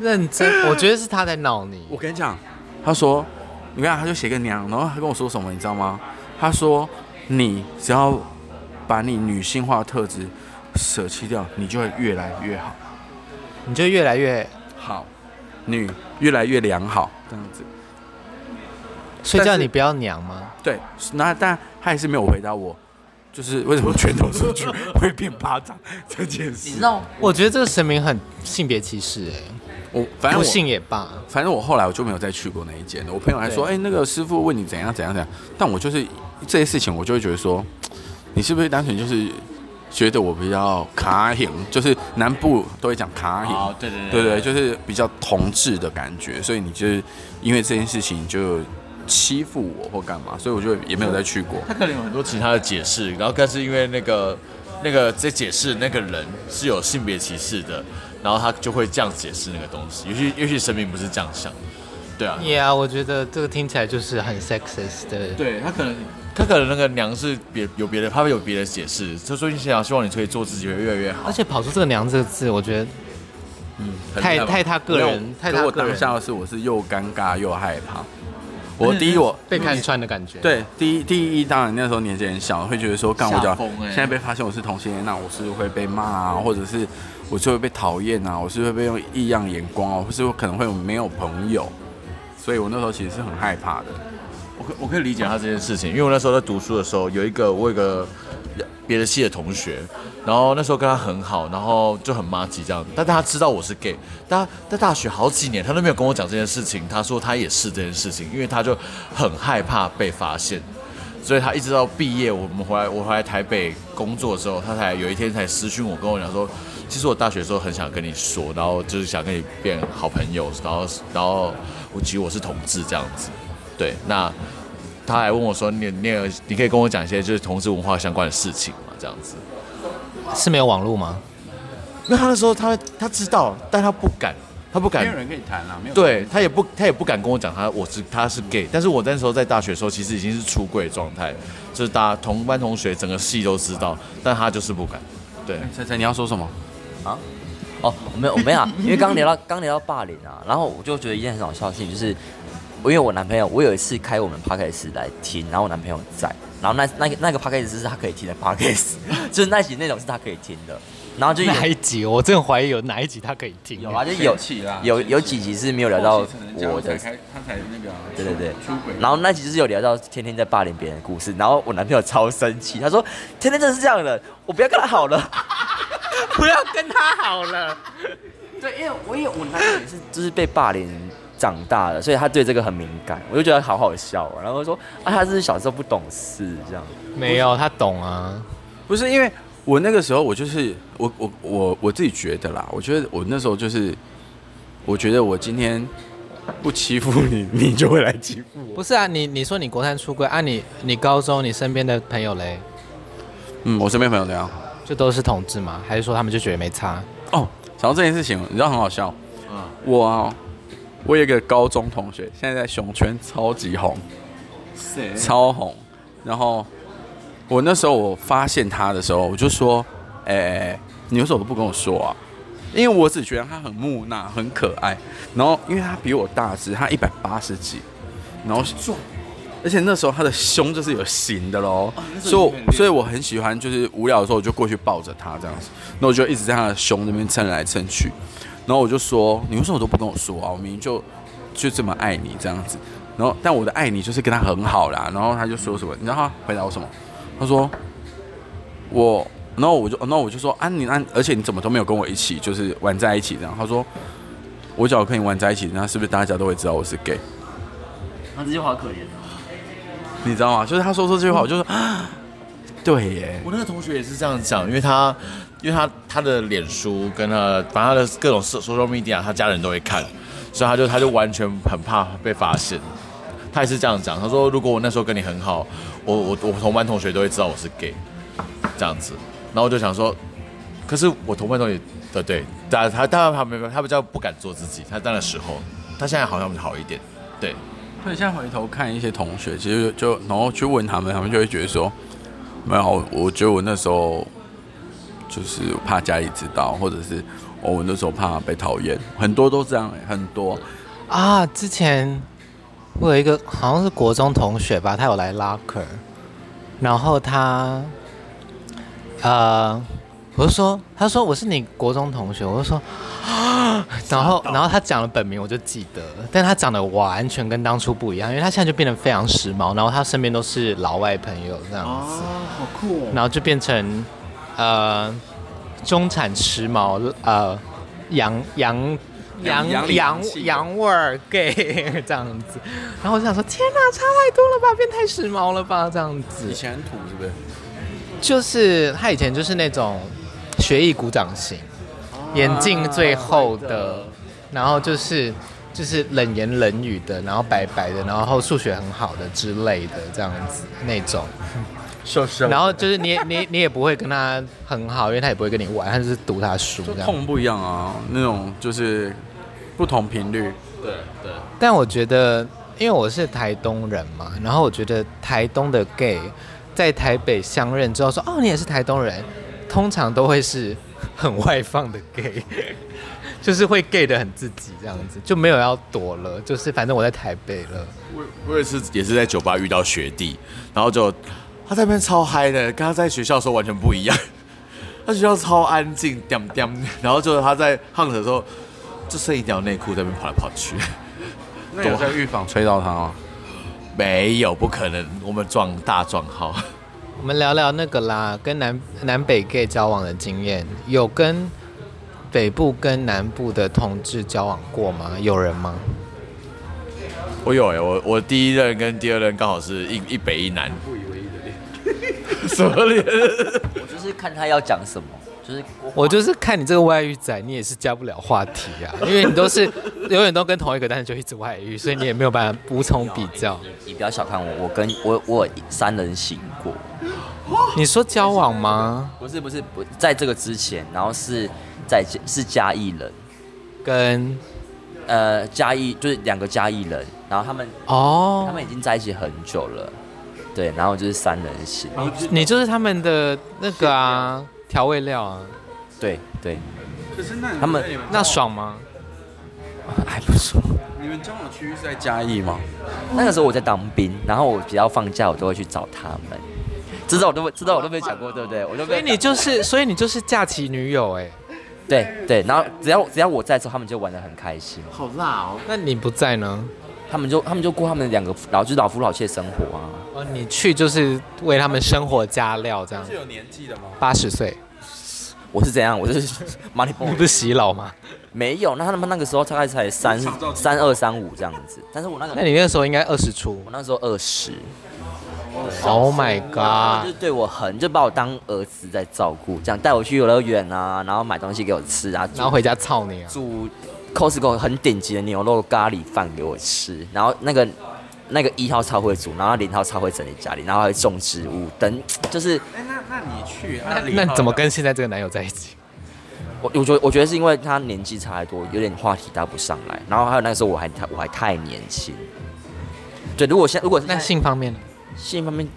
Speaker 1: 认真，我觉得是他在闹你。
Speaker 3: 我跟你讲，他说，你看，他就写个娘，然后他跟我说什么，你知道吗？他说，你只要把你女性化的特质舍弃掉，你就会越来越好，
Speaker 1: 你就越来越，
Speaker 3: 好，女越来越良好，这样子。
Speaker 1: 睡觉
Speaker 3: 但是
Speaker 1: 你不要娘吗？
Speaker 3: 对，那但他还是没有回答我，就是为什么拳头出去 <laughs> 会变巴掌这件
Speaker 4: 你
Speaker 3: 事
Speaker 4: 知。道
Speaker 1: 我觉得这个神明很性别歧视哎、
Speaker 3: 我反正
Speaker 1: 不
Speaker 3: 我
Speaker 1: 信也罢。
Speaker 3: 反正我后来我就没有再去过那一间了。我朋友还说，哎、
Speaker 1: 对
Speaker 3: 那个师傅问你怎样怎样怎样，但我就是这些事情，我就会觉得说，你是不是单纯就是觉得我比较卡型，就是南部都会讲卡型，
Speaker 5: 哦，对对
Speaker 3: 对对，就是比较同志的感觉，所以你就是因为这件事情就欺负我或干嘛，所以我就也没有再去过。
Speaker 2: 他可能有很多其他的解释，然后但是因为那个那个在解释那个人是有性别歧视的，然后他就会这样解释那个东西，也许也许神明不是这样想，对啊，
Speaker 1: Yeah，我觉得这个听起来就是很 sexist 的。
Speaker 5: 对，他可能
Speaker 2: 他可能那个娘是别有别的，他会有别的解释，就说你想希望你可以做自己会越来越好
Speaker 1: 而，且跑出这个“娘”这个字，我觉得
Speaker 2: 很
Speaker 1: 太
Speaker 2: 厉害吧
Speaker 1: 太他个人，太
Speaker 3: 可
Speaker 1: 他
Speaker 3: 我
Speaker 1: 个
Speaker 3: 当
Speaker 1: 人
Speaker 3: 下的是我是又尴尬又害怕。我
Speaker 1: 嗯
Speaker 3: 第一我
Speaker 1: 被看穿的感觉。，
Speaker 3: 对，第一第一当然那时候年纪很小，会觉得说干我
Speaker 5: 吓
Speaker 3: 讲
Speaker 5: 疯，欸
Speaker 3: 现在被发现我是同性恋，那我是会被骂啊，或者是我是会被讨厌啊，我是会被用异样眼光啊，或是我可能会有没有朋友，所以我那时候其实是很害怕的。
Speaker 2: 我可我可以理解他这件事情，因为我那时候在读书的时候，有一个我有一个别的系的同学，然后那时候跟他很好，然后就很妈鸡这样，但他知道我是 gay，但他在大学好几年他都没有跟我讲这件事情，他说他也是这件事情，因为他就很害怕被发现，所以他一直到毕业，我们回来我回来台北工作的时候，他才有一天才私讯我跟我讲说。其实我大学的时候很想跟你说，然后就是想跟你变好朋友，然后然后我其实我是同志这样子，对，那他还问我说：“你你有你可以跟我讲一些就是同志文化相关的事情嘛？”这样子。
Speaker 1: 是没有网络吗？
Speaker 2: 那他那时候他他知道，但他不敢，他不敢，
Speaker 3: 人可以谈啊，没有
Speaker 2: 对他也不他也不敢跟我讲他我是他是 gay，但是我那时候在大学的时候其实已经是出柜状态，就是大家同班同学整个系都知道，但他就是不敢。对，
Speaker 3: 晨晨你要说什么？
Speaker 4: 哦，我没有，我没有、啊，因为刚聊到刚聊到霸凌啊，然后我就觉得一件很好笑的事情，就是因为我男朋友，我有一次开我们 p o d c a s 来听，然后我男朋友在，然后那那个那个 p o d c a s 是他可以听的 p o d c a s <laughs> 就是那集内容是他可以听的，然后就有
Speaker 1: 哪一集？我真的怀疑有哪一集他可以听。
Speaker 4: 有啊，就有
Speaker 3: 前期啦
Speaker 4: 有
Speaker 3: 前期
Speaker 4: 有几集是没有聊到我的，
Speaker 3: 他才那个、
Speaker 4: 对对对
Speaker 3: 出轨，
Speaker 4: 然后那集就是有聊到天天在霸凌别人的故事，然后我男朋友超生气，他说天天真的是这样的人，我不要跟他好了。
Speaker 1: 不要跟他好了。
Speaker 4: 对，因为我也我男友也是就是被霸凌长大的，所以他对这个很敏感，我就觉得好好笑、啊。然后说啊，他是小时候不懂事这样。
Speaker 1: 没有，他懂啊。
Speaker 3: 不是因为我那个时候我就是我我我我自己觉得啦，我觉得我那时候就是，我觉得我今天不欺负你， <laughs> 你就会来欺负我。
Speaker 1: 不是啊，你你说你国三出柜啊你，你高中你身边的朋友嘞，
Speaker 3: 嗯，我身边朋友怎样？
Speaker 1: 就都是同志吗？还是说他们就觉得没差？
Speaker 3: 哦，想到这件事情，你知道很好笑。
Speaker 2: 嗯
Speaker 3: 我啊我有一个高中同学，现在在熊圈超级红，
Speaker 5: 谁
Speaker 3: 超红。然后我那时候我发现他的时候，我就说：“哎、你为什么不跟我说啊？”因为我只觉得他很木讷，很可爱。然后因为他比我大只，他一百八十几，然后壮，而且那时候他的胸就是有型的喽，
Speaker 5: 哦那时
Speaker 3: 所
Speaker 5: 候你很
Speaker 3: 以我
Speaker 5: 练
Speaker 3: 所以我很喜欢，就是无聊的时候我就过去抱着他这样子，那我就一直在他的胸那边蹭来蹭去，然后我就说你为什么都不跟我说啊？我明明就就这么爱你这样子，然后但我的爱你就是跟他很好啦，然后他就说什么，你知道他回答我什么？他说我，然后我就，然后我就说啊你啊，而且你怎么都没有跟我一起，就是玩在一起这样。他说我只要跟你玩在一起，那是不是大家都会知道我是 gay？
Speaker 4: 他这句话好可怜哦。
Speaker 3: 你知道吗？就是他说出这句话，我就说啊，对耶，
Speaker 2: 我那个同学也是这样讲，因为他，因为他他的脸书跟他的，反正他的各种 so- social media，他家人都会看，所以他就他就完全很怕被发现。他也是这样讲，他说如果我那时候跟你很好，我我我同班同学都会知道我是 gay，这样子。然后我就想说，可是我同班同学的对，但他当然他没办法他比较不敢做自己，他当然时候，他现在好像好一点，对。
Speaker 3: 对，现在回头看一些同学，其实就就然后去问他们，他们就会觉得说，没有，我觉得我那时候就是怕家里知道，或者是、哦我那时候怕被讨厌，很多都这样耶，很多。
Speaker 1: 啊，之前我有一个好像是国中同学吧，他有来 locker，然后他，呃，我就说，他说我是你国中同学，我就说，啊然后然后他讲了本名，我就记得了，但他长得完全跟当初不一样，因为他现在就变得非常时髦，然后他身边都是老外朋友这样
Speaker 5: 啊
Speaker 1: 子，，
Speaker 5: 好酷哦！
Speaker 1: 然后就变成呃中产时髦呃洋洋洋
Speaker 3: 洋洋
Speaker 1: 洋
Speaker 3: 气的
Speaker 1: 洋味儿 gay 这样子，然后我就想说天哪、差太多了吧，变太时髦了吧这样子
Speaker 3: 以，前很土是不是？
Speaker 1: 就是他以前就是那种学艺鼓掌型，眼镜最厚的，然后就是。就是冷言冷语的，然后白白的，然后数学很好的之类的这样子那种，
Speaker 3: 瘦瘦
Speaker 1: 然后就是你也你也你也不会跟他很好，因为他也不会跟你玩，他就是读他书
Speaker 3: 就
Speaker 1: 这样。
Speaker 3: 痛不一样啊，那种就是不同频率。
Speaker 2: 对对，
Speaker 1: 但我觉得，因为我是台东人嘛，然后我觉得台东的 gay 在台北相认之后说哦你也是台东人，通常都会是很外放的 gay，就是会 gay 的很自己这样子，就没有要躲了，就是反正我在台北了。
Speaker 2: 我我也是也是在酒吧遇到学弟，然后就他在那边超嗨的，跟他在学校的时候完全不一样。 <laughs> 他学校超安静，点点，然后就是他在 hunt 的时候，就剩一条内裤在那边跑来跑去。 <laughs>
Speaker 3: 那有在预防吹到他吗？
Speaker 2: 没有，不可能，我们撞大撞号。 <laughs>
Speaker 1: 我们聊聊那个啦，跟南南北 gay 交往的经验，有跟北部跟南部的同志交往过吗？有人吗？
Speaker 2: 我有哎、我我第一任跟第二任刚好是一一北一南， <laughs> 不以为意的脸，什么脸？
Speaker 4: 我就是看他要讲什么，就是
Speaker 1: 我就是看你这个外遇仔，你也是加不了话题啊，因为你都是永远都跟同一个，但是就一直外遇，所以你也没有办法无从比较。
Speaker 4: 你不要小看我，我跟我我有三人行过，
Speaker 1: <laughs> 你说交往吗？
Speaker 4: 不是不是不在这个之前，然后是在是嘉义人，
Speaker 1: 跟
Speaker 4: 呃嘉义就是两个嘉义人，然后他们他
Speaker 1: 哦，
Speaker 4: 们已经在一起很久了，对，然后就是三人行，
Speaker 1: 你就是他们的那个啊调味料啊，
Speaker 4: 对对，
Speaker 3: 可是那
Speaker 4: 他们
Speaker 1: 那爽吗？
Speaker 4: 还不错。
Speaker 3: 你们交往区域是在嘉义吗？
Speaker 4: 那个时候我在当兵，然后我只要放假，我都会去找他们。知道我都知道我都没讲过，对不对？我都
Speaker 1: 哦所
Speaker 4: 被
Speaker 1: 以你就是，所以你就是假期女友哎、
Speaker 4: 对对，然后只要只要我在的时候，他们就玩得很开心，
Speaker 5: 好辣哦！
Speaker 1: 那你不在呢？
Speaker 4: 他们就他们就过他们两个老就是老夫老妻的生活啊。
Speaker 1: 哦，你去就是为他们生活加料这样。
Speaker 3: 有年纪的吗？
Speaker 1: 八十岁，
Speaker 4: 我是怎样？我是 <laughs> money
Speaker 1: 你
Speaker 4: boy
Speaker 1: 不是洗脑吗？
Speaker 4: 没有，那他们那个时候大概才三三二三五这样子，但是我那个
Speaker 1: 那你那时候应该二十出
Speaker 4: 我那时候二十，
Speaker 1: ，Oh my
Speaker 4: 啊，就
Speaker 1: god！
Speaker 4: 对我很就把我当儿子在照顾，这样带我去游乐园啊，然后买东西给我吃啊，
Speaker 1: 然后回家操你啊！
Speaker 4: 煮 Costco 很顶级的牛肉咖喱饭给我吃，然后那个那个一号超会煮，然后零号超会整理家里，然后还会种植物，等就是
Speaker 3: 哎，那那你去
Speaker 1: 那那你怎么跟现在这个男友在一起？
Speaker 4: 我我觉得我觉得是因为他年纪差太多，有点话题搭不上来。然后还有那时候我还太我还太年轻。对，如果现在如果
Speaker 1: <laughs> 那
Speaker 4: 现在
Speaker 1: 性方面呢？
Speaker 4: 性方面，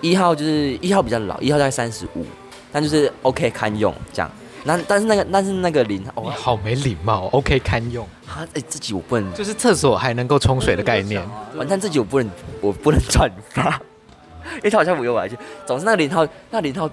Speaker 4: 一号就是一号比较老，一号大概三十五，但就是 OK 堪用这样。那但是那个但是那个零
Speaker 1: 你
Speaker 4: 哦，
Speaker 1: 好没礼貌，OK 堪用，
Speaker 4: 他哎、自己我不能，
Speaker 1: 就是厕所还能够冲水的概念。
Speaker 4: 完蛋自己我不能我不能转发，因为他好像没有玩去。总之那个零号那零号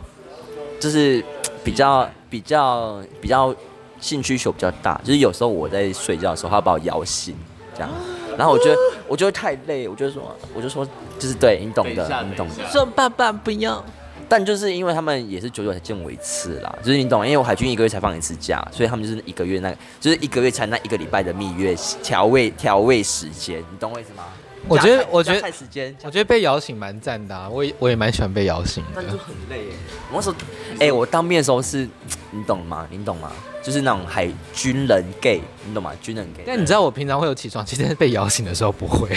Speaker 4: 就是比较比较比较性需求比较大，就是有时候我在睡觉的时候，他把我摇醒这样。然后我觉得，我觉得太累，我就说，我就说，就是对你懂
Speaker 5: 等一
Speaker 4: 的
Speaker 5: 下，
Speaker 4: 你懂的
Speaker 5: 等一。下
Speaker 1: 说爸爸不要，
Speaker 4: 但就是因为他们也是久久才见我一次啦，就是你懂，因为我海军一个月才放一次假，所以他们就是一个月那个，就是一个月才那一个礼拜的蜜月调味调味时间，你懂我意思吗？
Speaker 1: 我觉
Speaker 4: 加
Speaker 1: 得
Speaker 4: 菜，
Speaker 1: 我觉
Speaker 4: 加菜
Speaker 1: 得，
Speaker 4: 时间，加
Speaker 1: 我觉得被摇醒蛮赞的啊，我也我也蛮喜欢被摇醒的
Speaker 4: 但。就很累耶。我那时候，哎、我当面的时候是，你懂吗？你懂吗？就是那种海军人 gay，你懂吗？军人 gay。
Speaker 1: 但你知道我平常会有起床气，但是被摇醒的时候不
Speaker 4: <laughs>
Speaker 1: 会。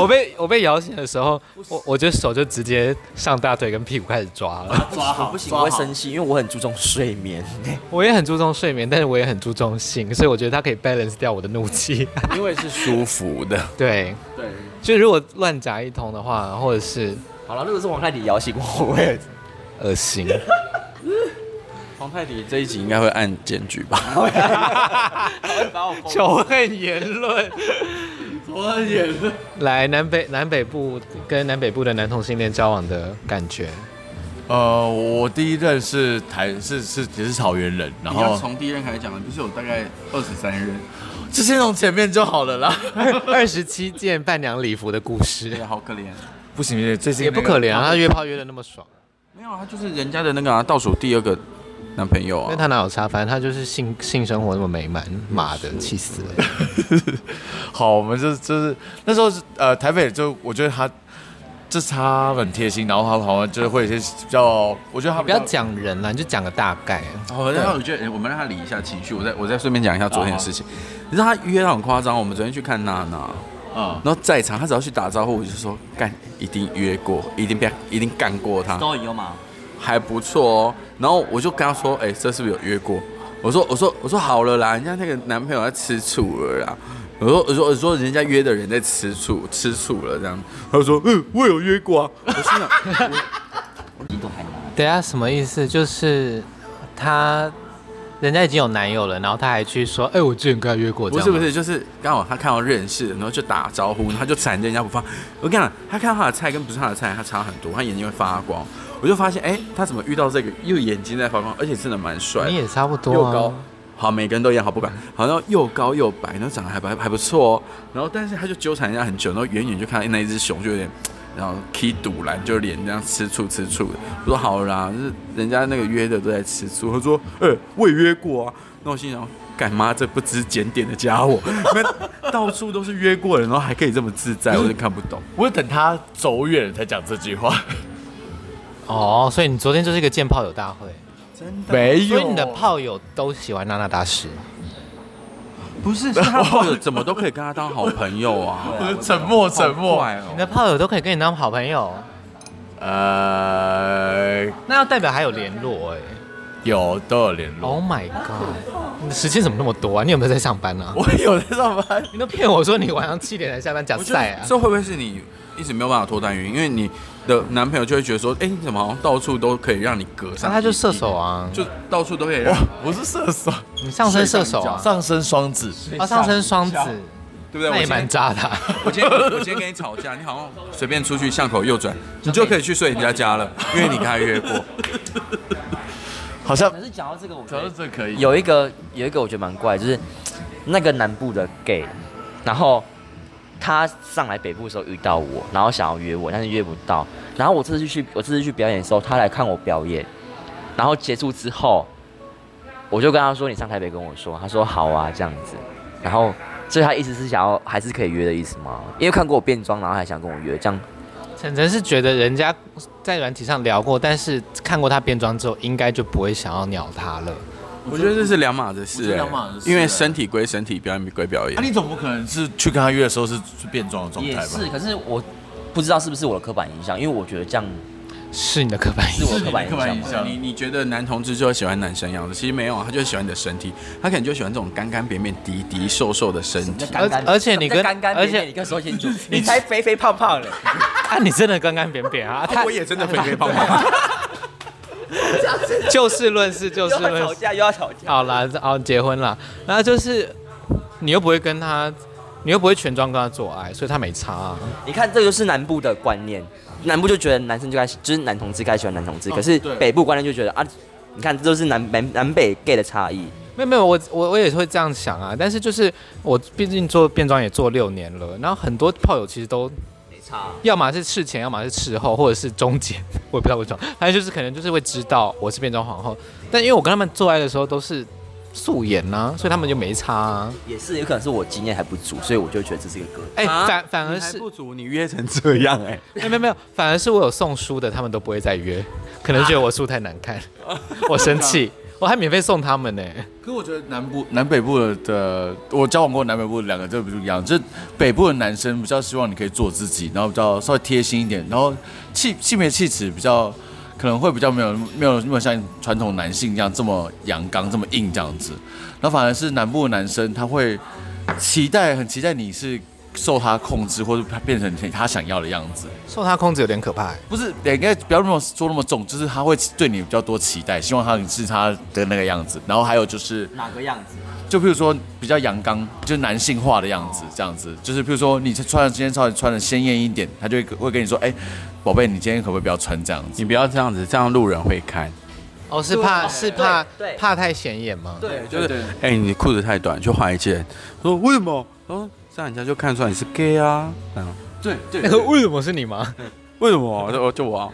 Speaker 1: 我被我被摇醒的时候，我我就手就直接上大腿跟屁股开始抓了。
Speaker 5: 抓好，
Speaker 4: 我不行，
Speaker 5: 抓
Speaker 4: 我
Speaker 5: 好
Speaker 4: 会生气，因为我很注重睡眠。
Speaker 1: 我也很注重睡眠，但是我也很注重性，所以我觉得它可以 balance 掉我的怒气。 <laughs>
Speaker 3: 因为是舒服的。
Speaker 1: 对，
Speaker 5: 对，
Speaker 1: 就如果乱夹一通的话，或者是
Speaker 4: 好了，如果是王太迪摇醒我，我 <laughs> 也
Speaker 1: 恶心。
Speaker 3: 黄泰迪这一集应该会按检举吧？
Speaker 5: 把我
Speaker 1: <laughs>
Speaker 5: 封
Speaker 1: 仇恨言论。
Speaker 5: 我的眼泪。
Speaker 1: 来南北南北部跟南北部的男同性恋交往的感 <laughs> 觉，
Speaker 2: 呃，我第一任是台是是也是草原人，然
Speaker 3: 你要
Speaker 2: 后
Speaker 3: 从第一任开始讲，不是有大概二十三任？
Speaker 2: 就先从前面就好了啦。 <laughs>
Speaker 1: 二十七件伴娘礼服的故
Speaker 3: 对
Speaker 1: 事，
Speaker 3: 呀，好可怜。
Speaker 2: 不行，最
Speaker 1: <laughs>
Speaker 2: 近
Speaker 1: 也不可怜啊，他
Speaker 2: 因为
Speaker 1: 约炮约的那么爽，
Speaker 3: 没有啊，他就是人家的那个啊，倒数第二个男朋友
Speaker 1: 哦因为
Speaker 3: 啊。
Speaker 1: 他哪有差，反正他就是性性生活那么美满，妈的，气死了。
Speaker 2: 好，我们就就是那时候是呃台北就我觉得他就是他很贴心，然后他好像就是会有一些比较，我觉得
Speaker 1: <laughs>
Speaker 2: 他
Speaker 1: 不要讲人啊啦，你就讲个大概。啊
Speaker 3: 哦，然后我觉得，哎我们让他理一下情绪。我再我再顺便讲一下昨天的事情。啊你知道他约到很夸张，我们昨天去看娜娜，
Speaker 2: 啊、
Speaker 3: 然后在场他只要去打招呼，我就说干，一定约过，一定被一定干过他。
Speaker 5: 都有吗？
Speaker 3: 还不错哦。然后我就跟他说，哎、这是不是有约过？我说，我说，我说好了啦，人家那个男朋友在吃醋了啦。我说，我说，我说，人家约的人在吃醋，吃醋了这样。他就说，嗯，我有约过啊。我心想，
Speaker 4: 你懂还难。
Speaker 1: 等一下啊什么意思？就是他人家已经有男友了，然后他还去说，哎、我之前跟他约过，
Speaker 3: 不
Speaker 1: 这
Speaker 3: 是
Speaker 1: 样吗
Speaker 3: 不是，就是刚好他看到认识，然后就打招呼，然后他就缠着人家不放。我跟你讲，他看到他的菜跟不是他的菜，他差很多，他眼睛会发光。我就发现，哎、他怎么遇到这个又眼睛在发光，而且真的蛮帅的
Speaker 1: 你。也差不多、啊，
Speaker 3: 又高，好，每个人都一样，好不管，好，然后又高又白，然后长得还不还不错哦，然后但是他就纠缠人家很久，然后远远就看到那一只熊就有点，然后 k 堵拦，就脸这样吃醋吃醋的。我说好啦，就是人家那个约的都在吃醋。他说，呃、我也约过啊。那我心想，干妈这不知检点的家伙，那到处都是约过的，然后还可以这么自在，我就看不懂。
Speaker 2: 我等他走远了才讲这句话，
Speaker 1: <laughs> 哦，所以你昨天就是一个见炮友大会，
Speaker 2: 没
Speaker 1: 所以你的炮友都喜欢娜娜大师。
Speaker 3: 不是，是他或者怎么都可以跟他当好朋友啊。
Speaker 2: 我就沉默沉
Speaker 3: 好
Speaker 2: 默，
Speaker 3: 怪哦
Speaker 1: 你的炮友都可以跟你当好朋友，
Speaker 2: 呃，
Speaker 1: 那要代表还有联络哎、
Speaker 2: 有都有联络，
Speaker 1: Oh my god！你的时间怎么那么多啊？你有没有在上班啊？
Speaker 2: 我有在上班，
Speaker 1: 你都骗我说你晚上七点才下班假
Speaker 3: 我觉得
Speaker 1: 赛啊！
Speaker 3: 这会不会是你一直没有办法脱单的原因？因为你的男朋友就会觉得说，哎、你怎么好像到处都可以让你隔
Speaker 1: 那
Speaker 3: 上、
Speaker 1: 他就射手，啊，
Speaker 3: 就到处都可以让
Speaker 2: 我，我是射手，
Speaker 1: 你上升射手啊，
Speaker 2: 上升双子，
Speaker 1: 啊上升双子，
Speaker 3: 对不对？
Speaker 1: 那
Speaker 3: 我
Speaker 1: 也
Speaker 3: 今
Speaker 1: 蛮
Speaker 3: 天
Speaker 1: 渣的啊、
Speaker 3: 我今天我今天跟你吵架，你好像随便出去巷口右转，你就可以去睡人家家 <laughs> 了，因为你跟他约过。
Speaker 2: 好像
Speaker 4: 可是讲到这个，我
Speaker 2: 主要是这可以，啊
Speaker 4: 有一个有一个我觉得蛮怪，就是那个南部的 gay，然后他上来北部的时候遇到我，然后想要约我，但是约不到。然后我这次去我这次去表演的时候，他来看我表演，然后结束之后，我就跟他说：“你上台北跟我说。”他说：“好啊，这样子。”然后所以他意思是想要还是可以约的意思吗？因为看过我变装，然后还想跟我约，这样
Speaker 1: 晨晨是觉得人家在软体上聊过，但是看过他变装之后，应该就不会想要鸟他了。
Speaker 3: 我觉得这是两码子
Speaker 5: 我觉
Speaker 3: 事、
Speaker 5: 得
Speaker 3: 哎
Speaker 5: 两码子事
Speaker 3: 因为身体归身体，表演归表演。
Speaker 2: 啊，你总不可能是去跟他约的时候是是变装的状
Speaker 4: 也
Speaker 2: 态吧？
Speaker 4: 是。可是我不知道是不是我的刻板印象，因为我觉得这样
Speaker 1: 是你的刻板印
Speaker 4: 是
Speaker 1: 象。
Speaker 4: 我刻板
Speaker 3: 刻板
Speaker 4: 印
Speaker 3: 印
Speaker 4: 象吗？
Speaker 3: 象。你你觉得男同志就会喜欢男生样子？其实没有啊，他就喜欢你的身体，他可能就喜欢这种干干扁扁、低低瘦瘦的身体。
Speaker 4: 干干
Speaker 1: 而而且你跟
Speaker 4: 干干
Speaker 1: 而
Speaker 4: 扁
Speaker 1: 且
Speaker 4: 扁，你跟说清楚，你才肥肥胖胖的，
Speaker 1: 啊，你真的干干扁扁啊！他
Speaker 3: 我也真的肥肥胖胖，
Speaker 1: 就事论事，就
Speaker 4: 又
Speaker 1: 事
Speaker 4: 要
Speaker 1: 论
Speaker 4: 吵
Speaker 1: 事。
Speaker 4: 架又要吵架。
Speaker 1: 好啦，哦，结婚了，那就是你又不会跟他，你又不会全装跟他做爱，所以他没差、啊。
Speaker 4: 你看，这就是南部的观念，南部就觉得男生就该就是男同志该喜欢男同志，可是
Speaker 3: 对
Speaker 4: 北部观念就觉得啊，你看这就是南南南北 gay 的差异。
Speaker 1: 没有没有，我我我也会这样想啊，但是就是我毕竟做变装也做六年了，然后很多炮友其实都
Speaker 4: 没差，啊
Speaker 1: 要么是事前，要么是事后，或者是中间，我也不知道为什么，反正就是可能就是会知道我是变装皇后，但因为我跟他们做爱的时候都是素颜呐、所以他们就没差、啊。
Speaker 4: 也是有可能是我经验还不足，所以我就觉得这是一个个体。
Speaker 1: 哎、
Speaker 3: 啊
Speaker 1: 反反而
Speaker 3: 你还
Speaker 1: 是
Speaker 3: 不足，你约成这样哎、
Speaker 1: <laughs> 没有没有没有，反而是我有送书的，他们都不会再约，可能觉得我书太难看，
Speaker 3: 啊
Speaker 1: <laughs> 我生气，我还免费送他们呢、
Speaker 2: 可我觉得南部、南北部的，我交往过南北部的两个，这不一样。就是北部的男生比较希望你可以做自己，然后比较稍微贴心一点，然后气性别气质比较可能会比较没有没有那么像传统男性一样这么阳刚、这么硬这样子。然后反而是南部的男生，他会期待很期待你是受他控制，或者他变成他想要的样子。
Speaker 1: 受他控制有点可怕、欸。
Speaker 2: 不是，也应该不要那么说那么重，就是他会对你比较多期待，希望他你是他的那个样子。然后还有就是。
Speaker 4: 哪个样子？
Speaker 2: 就譬如说比较阳刚，就是男性化的样子，这样子，就是譬如说你穿的今天稍微穿的鲜艳一点，他就会会跟你说，哎、宝贝，你今天可不可以不要穿这样子？
Speaker 3: 你不要这样子，这样路人会看。
Speaker 1: 哦，是怕是怕
Speaker 4: 对对
Speaker 1: 怕太显眼吗？
Speaker 4: 对，
Speaker 3: 就是哎、你裤子太短，去换一件。说为什么？他说这样人家就看出来你是 gay 啊。嗯，
Speaker 2: 对对
Speaker 1: 那个为什么是你吗？
Speaker 3: 为什么？就就我啊、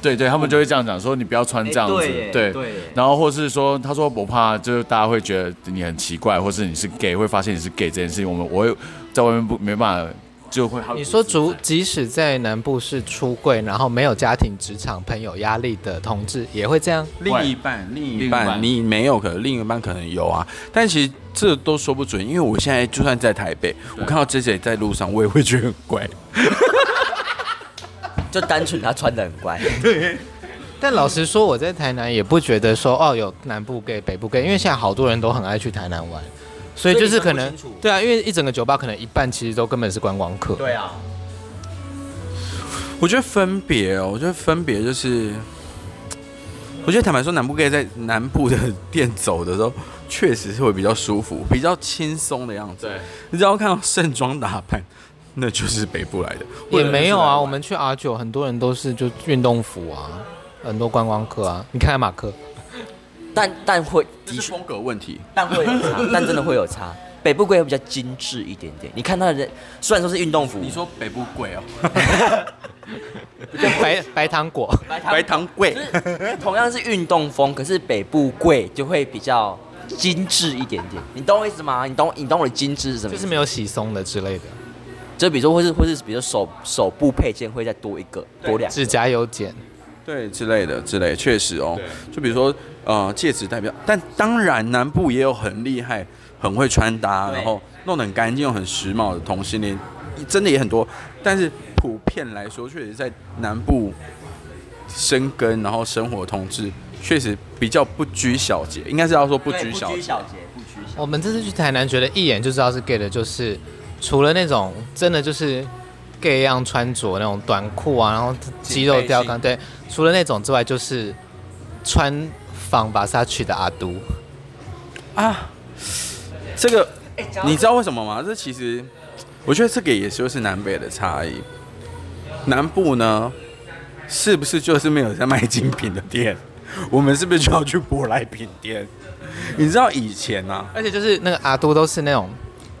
Speaker 2: 对对，他们就会这样讲，说你不要穿这样子，对。然后或是说，他说我怕就是大家会觉得你很奇怪，或是你是 gay，会发现你是 gay 这件事情，我们我会在外面不没办法，就会
Speaker 1: <laughs> 你说主即使在南部是出柜，然后没有家庭、职场、朋友压力的同志，也会这样。
Speaker 3: 另一半，另一
Speaker 2: 另一
Speaker 3: 半，
Speaker 2: 半
Speaker 3: 你没有，可能另一半可能有啊。但其实这都说不准，因为我现在就算在台北，我看到 J J 在路上，我也会觉得很怪。
Speaker 4: 就单纯他穿的很乖，
Speaker 1: 但老实说，我在台南也不觉得说哦有南部 gay 北部 gay，因为现在好多人都很爱去台南玩，所以就是可
Speaker 4: 所以
Speaker 1: 能
Speaker 4: 你分不清楚
Speaker 1: 对啊，因为一整个酒吧可能一半其实都根本是观光客。
Speaker 4: 对啊，
Speaker 3: 我觉得分别哦，我觉得分别就是，我觉得坦白说，南部 gay 在南部的店走的时候，确实是会比较舒服，比较轻松的样子。
Speaker 2: 对，
Speaker 3: 你只要看到盛装打扮，那就是北部来的。
Speaker 1: 也没有啊，我们去 R 九很多人都是就运动服啊，很多观光客啊。你看看马克， <laughs>
Speaker 4: 但但会
Speaker 3: 的确风格问题，
Speaker 4: 但会有差，但真的会有差。北部会比较精致一点点，你看他的人虽然说是运动服，
Speaker 3: 你说北部贵哦，
Speaker 1: 白白糖果，
Speaker 3: <laughs>
Speaker 1: <laughs>
Speaker 3: 白糖贵，
Speaker 4: 同样是运动风，可是北部贵就会比较精致一点点，你懂我意思吗？你懂你懂我的精致是什么
Speaker 1: 就
Speaker 4: 意
Speaker 1: 是
Speaker 4: 思？
Speaker 1: 没有洗松的之类的，
Speaker 4: 就比如说，或是或是比如说手手部配件会再多一个多两个，
Speaker 1: 指甲有剪。
Speaker 3: 对之类的之类，确实哦。就比如说呃，戒指代表，但当然南部也有很厉害、很会穿搭，
Speaker 4: 对
Speaker 3: 然后弄得很干净又很时髦的同性恋，真的也很多。但是普遍来说，确实在南部生根，然后生活同志确实比较不拘小节，应该是要说不
Speaker 4: 对
Speaker 3: 拘小节。
Speaker 4: 节，不拘小节。
Speaker 1: 我们这次去台南，觉得一眼就知道是 gay 的，就是除了那种真的就是 gay 一样穿着那种短裤啊，然后肌肉吊
Speaker 3: 紧
Speaker 1: 杆，对，除了那种之外，就是穿仿巴萨去的阿都，
Speaker 3: 啊，这个
Speaker 4: 哎
Speaker 3: 你知道为什么吗？这其实我觉得这个也就是南北的差异。南部呢，是不是就是没有在卖精品的店？ <laughs> 我们是不是就要去舶来品店？你知道以前啊，
Speaker 1: 而且就是那个阿都都是那种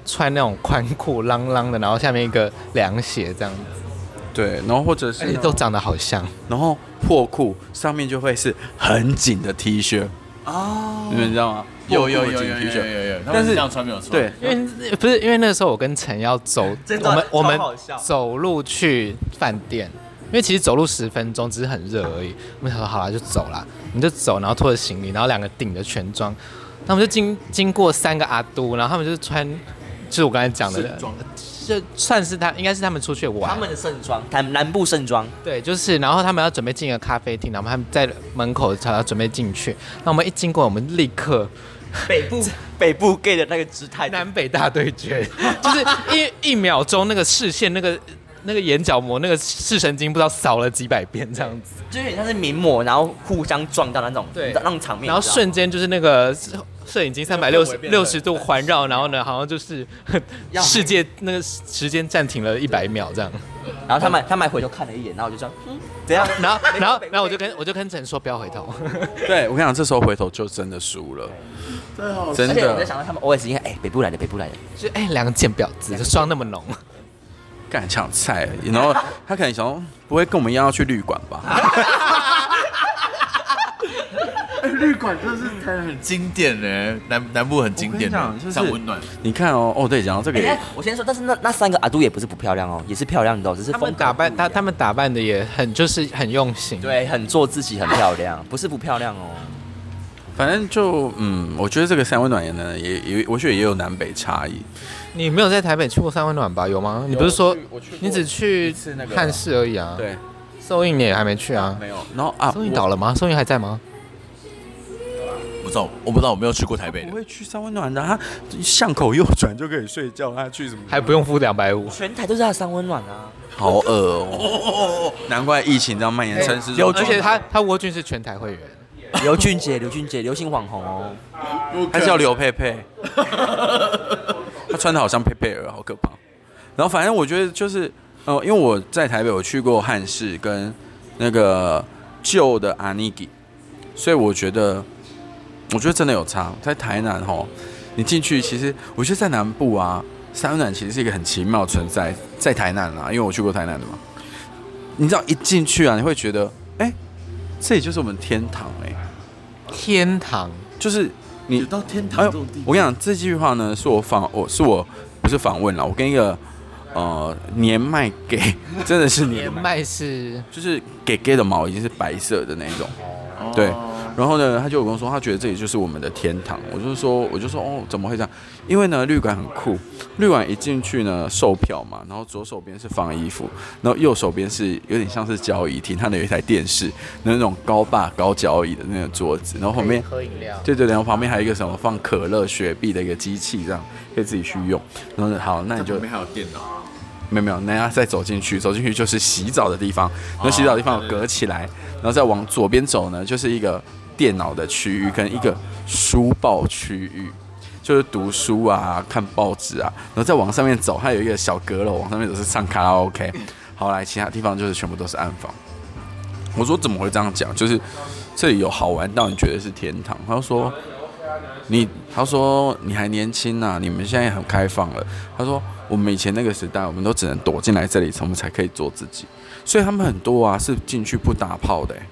Speaker 1: 穿那种宽裤 <laughs> 啷啷的，然后下面一个凉鞋这样子，
Speaker 3: 对，然后或者
Speaker 1: 而且
Speaker 2: 哎
Speaker 3: 是，
Speaker 1: 都长得好像。
Speaker 3: 然后破裤上面就会是很紧的 T 恤哦，你们知道吗？
Speaker 2: 有有
Speaker 3: 破裤
Speaker 2: 有有
Speaker 3: 紧
Speaker 2: 有
Speaker 3: T
Speaker 2: 有
Speaker 3: 恤，
Speaker 2: 有有，
Speaker 3: 但
Speaker 2: 但
Speaker 3: 是
Speaker 2: 是这样穿没有错，
Speaker 3: 对，，
Speaker 1: 因为不是因为那时候我跟陈要
Speaker 4: <laughs>
Speaker 1: 走，
Speaker 4: 真的
Speaker 1: 我们
Speaker 4: 超
Speaker 1: 我们
Speaker 4: 好笑
Speaker 1: 走路去饭店，因为其实走路十分钟，只是很热而已。我们想说好了就走啦，我们就走，然后拖着行李，然后两个顶着全装，那我们就经经过三个阿都，然后他们就是穿，就是我刚才讲的，就算是他，应该是他们出去玩，
Speaker 4: 他们的盛装，南南部盛装，
Speaker 1: 对，就是，然后他们要准备进个咖啡厅，然后他们在门口才要准备进去。那我们一经过，我们立刻
Speaker 4: 北部 <laughs> 北部 gay 的那个姿态，
Speaker 1: 南北大对决， <laughs> 就是一一秒钟那个视线、那个那个眼角膜、那个视神经不知道扫了几百遍这样子，
Speaker 4: 就有点像是名模，然后互相撞到那种，
Speaker 1: 对
Speaker 4: 那种场面，
Speaker 1: 然后
Speaker 4: 你知道吗
Speaker 1: 瞬间就是那个摄影机三百六十
Speaker 2: 氛围变得
Speaker 1: 六十度环绕，然后呢，好像就是 <laughs>
Speaker 4: 要
Speaker 1: 世界那个时间暂停了一百秒这样。
Speaker 4: 然后他们他们还回头看了一眼，然后我就这样，嗯，怎 <laughs> 样？
Speaker 1: 然后
Speaker 4: 北部
Speaker 1: 然后
Speaker 4: 北部
Speaker 1: 然后我就
Speaker 4: gay
Speaker 1: 跟我就跟陈说不要回头， <laughs>
Speaker 3: 对我跟你讲，这时候回头就真的输了，
Speaker 2: 哦
Speaker 3: 真
Speaker 4: 而且我在
Speaker 3: 的。
Speaker 4: 想到他们 OS 应该，哎，北部来的，北部来的，
Speaker 1: 就哎两个贱婊子，就妆那么浓。
Speaker 3: 干抢菜，然后 <laughs> 他可能想说，不会跟我们一样要去旅馆吧？
Speaker 2: 旅馆真的是台南很经典呢、南南部很经典的
Speaker 3: 我跟你讲就是，
Speaker 2: 像温暖。
Speaker 3: 你看哦，哦对，讲到这个
Speaker 4: 哎
Speaker 3: 也，
Speaker 4: 我先说，但是那那三个阿杜也不是不漂亮哦，也是漂亮的哦，只是
Speaker 1: 他
Speaker 4: 风
Speaker 1: 们
Speaker 4: 格
Speaker 1: 打扮
Speaker 4: 不一样
Speaker 1: 他他们打扮的也很就是很用心，，
Speaker 4: 对，很做自己，很漂亮，不是不漂亮哦。
Speaker 3: 反正就嗯，我觉得这个三温暖也呢，也也我觉得也有南北差异。
Speaker 1: 你没有在台北去过三温暖吧？有吗？你不是说你只去
Speaker 3: 次那个
Speaker 1: 看市而已啊？，
Speaker 3: 对，
Speaker 1: 收印你也还没去啊？
Speaker 3: 没有。然后啊，
Speaker 1: 收印倒了吗？收印还在吗？
Speaker 2: 我不知道，我不知道，我没有去过台北
Speaker 3: 我
Speaker 2: 的
Speaker 3: 不。会去三温暖的，他巷口右转就可以睡觉，他去什么？
Speaker 1: 还不用付两百五。
Speaker 4: 全台都是他的三温暖啊，
Speaker 3: 好恶哦，难怪疫情这样蔓延城市中。
Speaker 1: 而且他他蜗居是全台会员，
Speaker 4: 刘俊杰、刘俊杰、流行网红哦，
Speaker 3: 他叫刘佩佩，他穿的好像佩佩尔，好可怕。然后反正我觉得就是，呃，因为我在台北有去过汉室跟那个旧的阿尼基，所以我觉得，我觉得真的有差。在台南吼，你进去其实我觉得在南部啊，三温暖其实是一个很奇妙的存在，在台南啊，因为我去过台南的嘛。你知道一进去啊，你会觉得，哎、这里就是我们天堂哎、
Speaker 1: 天堂
Speaker 3: 就是你
Speaker 2: 有到天堂
Speaker 3: 哎
Speaker 2: 这
Speaker 3: 呦
Speaker 2: 种地，
Speaker 3: 我跟你讲，这句话呢，是我访，我是我不是访问了，我跟一个呃年迈给， <laughs> 真的是年
Speaker 1: 年
Speaker 3: 迈，
Speaker 1: 迈是
Speaker 3: 就是给给的毛已经是白色的那一种，对。然后呢，他就有跟我说，他觉得这里就是我们的天堂。我就说，我就说，哦，怎么会这样？因为呢，旅馆很酷，旅馆一进去呢，售票嘛，然后左手边是放衣服，然后右手边是有点像是交易厅，它的有一台电视，那种高把高脚椅的那个桌子，然后后面
Speaker 1: 喝饮料，
Speaker 3: 对对，然后旁边还有一个什么放可乐、雪碧的一个机器，这样可以自己去用。然后好，那你就
Speaker 2: 里面还有电脑，
Speaker 3: 没有没有，那要再走进去，走进去就是洗澡的地方，然后洗澡的地方有隔起来，然后再往左边走呢，就是一个电脑的区域跟一个书报区域。就是读书啊，看报纸啊，然后再往上面走，它有一个小阁楼，往上面走是唱卡拉 OK。好来，其他地方就是全部都是暗房。我说怎么会这样讲？就是这里有好玩到你觉得是天堂。他就说你，他说你还年轻呐、你们现在很开放了。他说我们以前那个时代，我们都只能躲进来这里，我们才可以做自己。所以他们很多啊是进去不打炮的欸、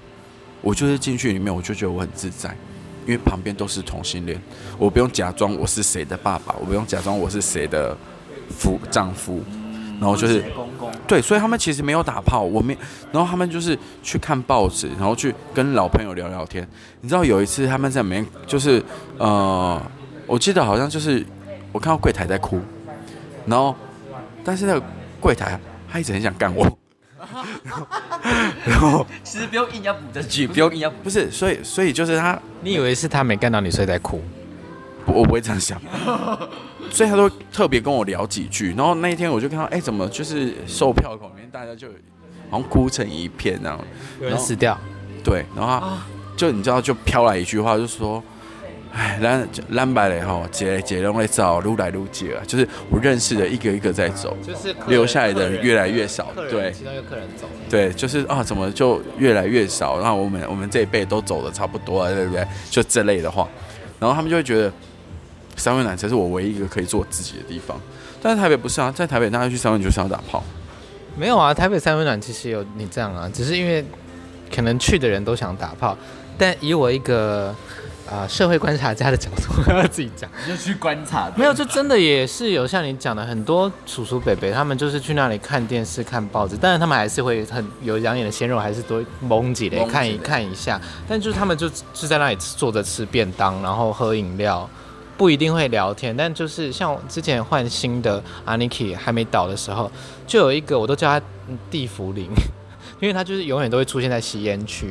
Speaker 3: 我就是进去里面，我就觉得我很自在，因为旁边都是同性恋，我不用假装我是谁的爸爸，我不用假装我是谁的夫丈夫，然后就是对，所以他们其实没有打炮，我没，然后他们就是去看报纸，然后去跟老朋友聊聊天。你知道有一次他们在里面就是呃，我记得好像就是我看到柜台在哭，然后但是那个柜台他一直很想干我， <laughs> 然后然后
Speaker 4: <laughs> 其实不用硬要补这 <laughs> 句，不用硬要补。
Speaker 3: 不是，所以所以就是他
Speaker 1: 你以为是他没干到你所以在哭？
Speaker 3: 我我不会这样想，所以他都会特别跟我聊几句。然后那一天我就看到，哎、怎么就是售票口里面大家就好像哭成一片那样，
Speaker 1: 有人死掉，
Speaker 3: 对，然后他就你知道就飘来一句话，就说。哎，咱咱白嘞吼，姐姐拢在走，撸来撸去啊，就是我认识的一个一个在走，
Speaker 1: 就是
Speaker 3: 留下来的人越来越少，对，
Speaker 1: 中一个客人走了。
Speaker 3: 对，就是啊，怎么就越来越少？然后我们我们这一辈都走的差不多了，对不对？就这类的话，然后他们就会觉得三温暖才是我唯一一个可以做自己的地方。但是台北不是啊，在台北大家去三温暖就是要打炮，
Speaker 1: 没有啊，台北三温暖其实有你这样啊，只是因为可能去的人都想打炮，但以我一个啊、呃社会观察家的角度， <laughs> 我要自己讲，
Speaker 2: 你就去观察。
Speaker 1: 没有，就真的也是有像你讲的，很多叔叔伯伯他们就是去那里看电视、看报纸，但是他们还是会很有养眼的鲜肉，还是多蒙几的
Speaker 3: 蒙几嘞
Speaker 1: 看一看一下，但就是他们就就在那里坐着吃便当，然后喝饮料。不一定会聊天，但就是像我之前换新的 Aniki 还没倒的时候，就有一个我都叫他嗯地茯苓，因为他就是永远都会出现在吸烟区，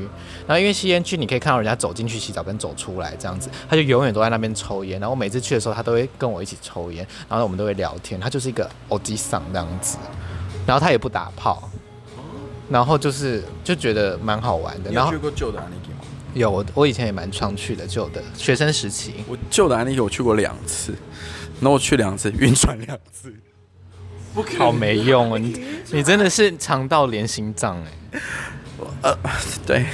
Speaker 1: 然后因为吸烟区你可以看到人家走进去洗澡跟走出来这样子，他就永远都在那边抽烟，然后我每次去的时候他都会跟我一起抽烟，然后我们都会聊天，他就是一个欧吉桑这样子，然后他也不打炮。然后就是就觉得蛮好玩的，
Speaker 3: 你
Speaker 1: 然
Speaker 3: 有
Speaker 1: 后
Speaker 3: 去过旧的安利吗？
Speaker 1: 有，我我以前也蛮常去的，就的学生时期。
Speaker 3: 我旧的安利我去过两次，然后我去两次晕船两次，
Speaker 1: 好没用哦，你你真的是肠道连心脏哎，
Speaker 3: 对。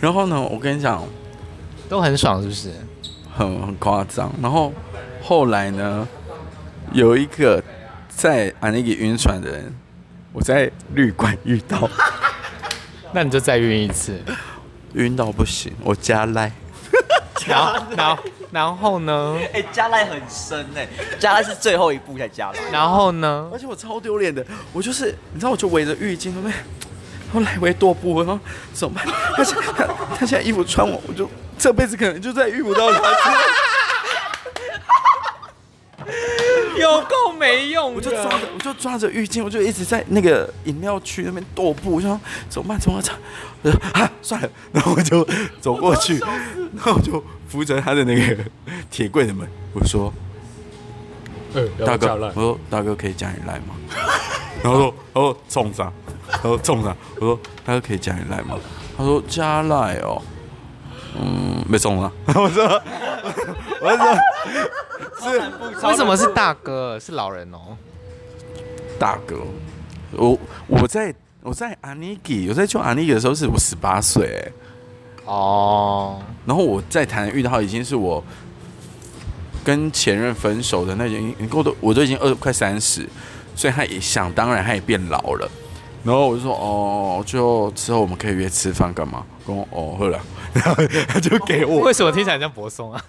Speaker 3: 然后呢，我跟你讲，
Speaker 1: 都很爽是不是？
Speaker 3: 很很夸张。然后后来呢，有一个在安利给晕船的人，我在旅馆遇 <laughs> 到，
Speaker 1: 那你就再晕一次，
Speaker 3: 晕到不行，我加赖。
Speaker 1: 然后然后然后呢？
Speaker 4: 哎、加赖很深哎、加赖是最后一步才加赖。
Speaker 1: 然后呢
Speaker 3: 而？且我超丢脸的，我就是你知道，我就围着浴巾，我我来回踱步，然后怎么办？他现他他现在衣服穿我，我就这辈子可能就再遇不到他，
Speaker 1: 有够没用
Speaker 3: 我就抓着我就抓着浴巾，我就一直在那个饮料区那边踱步，我就想怎么办？怎么办？我就啊，算了，然后我就走过去，然后我就扶着他的那个铁柜的门，我说大哥，我说大哥可以加你来吗？然后说，他说冲啥？他说冲啥？我说大哥可以加你来吗？他说加来哦，嗯，没中了。我说，我就说
Speaker 1: 为什么是大哥？是老人哦。
Speaker 3: 大哥，我我在我在阿尼基，我在救阿尼基的时候是我十八岁、欸，
Speaker 1: 哦，
Speaker 3: 然后我在台南遇到已经是我跟前任分手的那已经我都我都已经二快三十，所以他也想当然他也变老了。然后我就说哦，就之后我们可以约吃饭干嘛？跟我哦喝了， <laughs> 然后他就给我，
Speaker 1: 为什么听起来像柏松啊？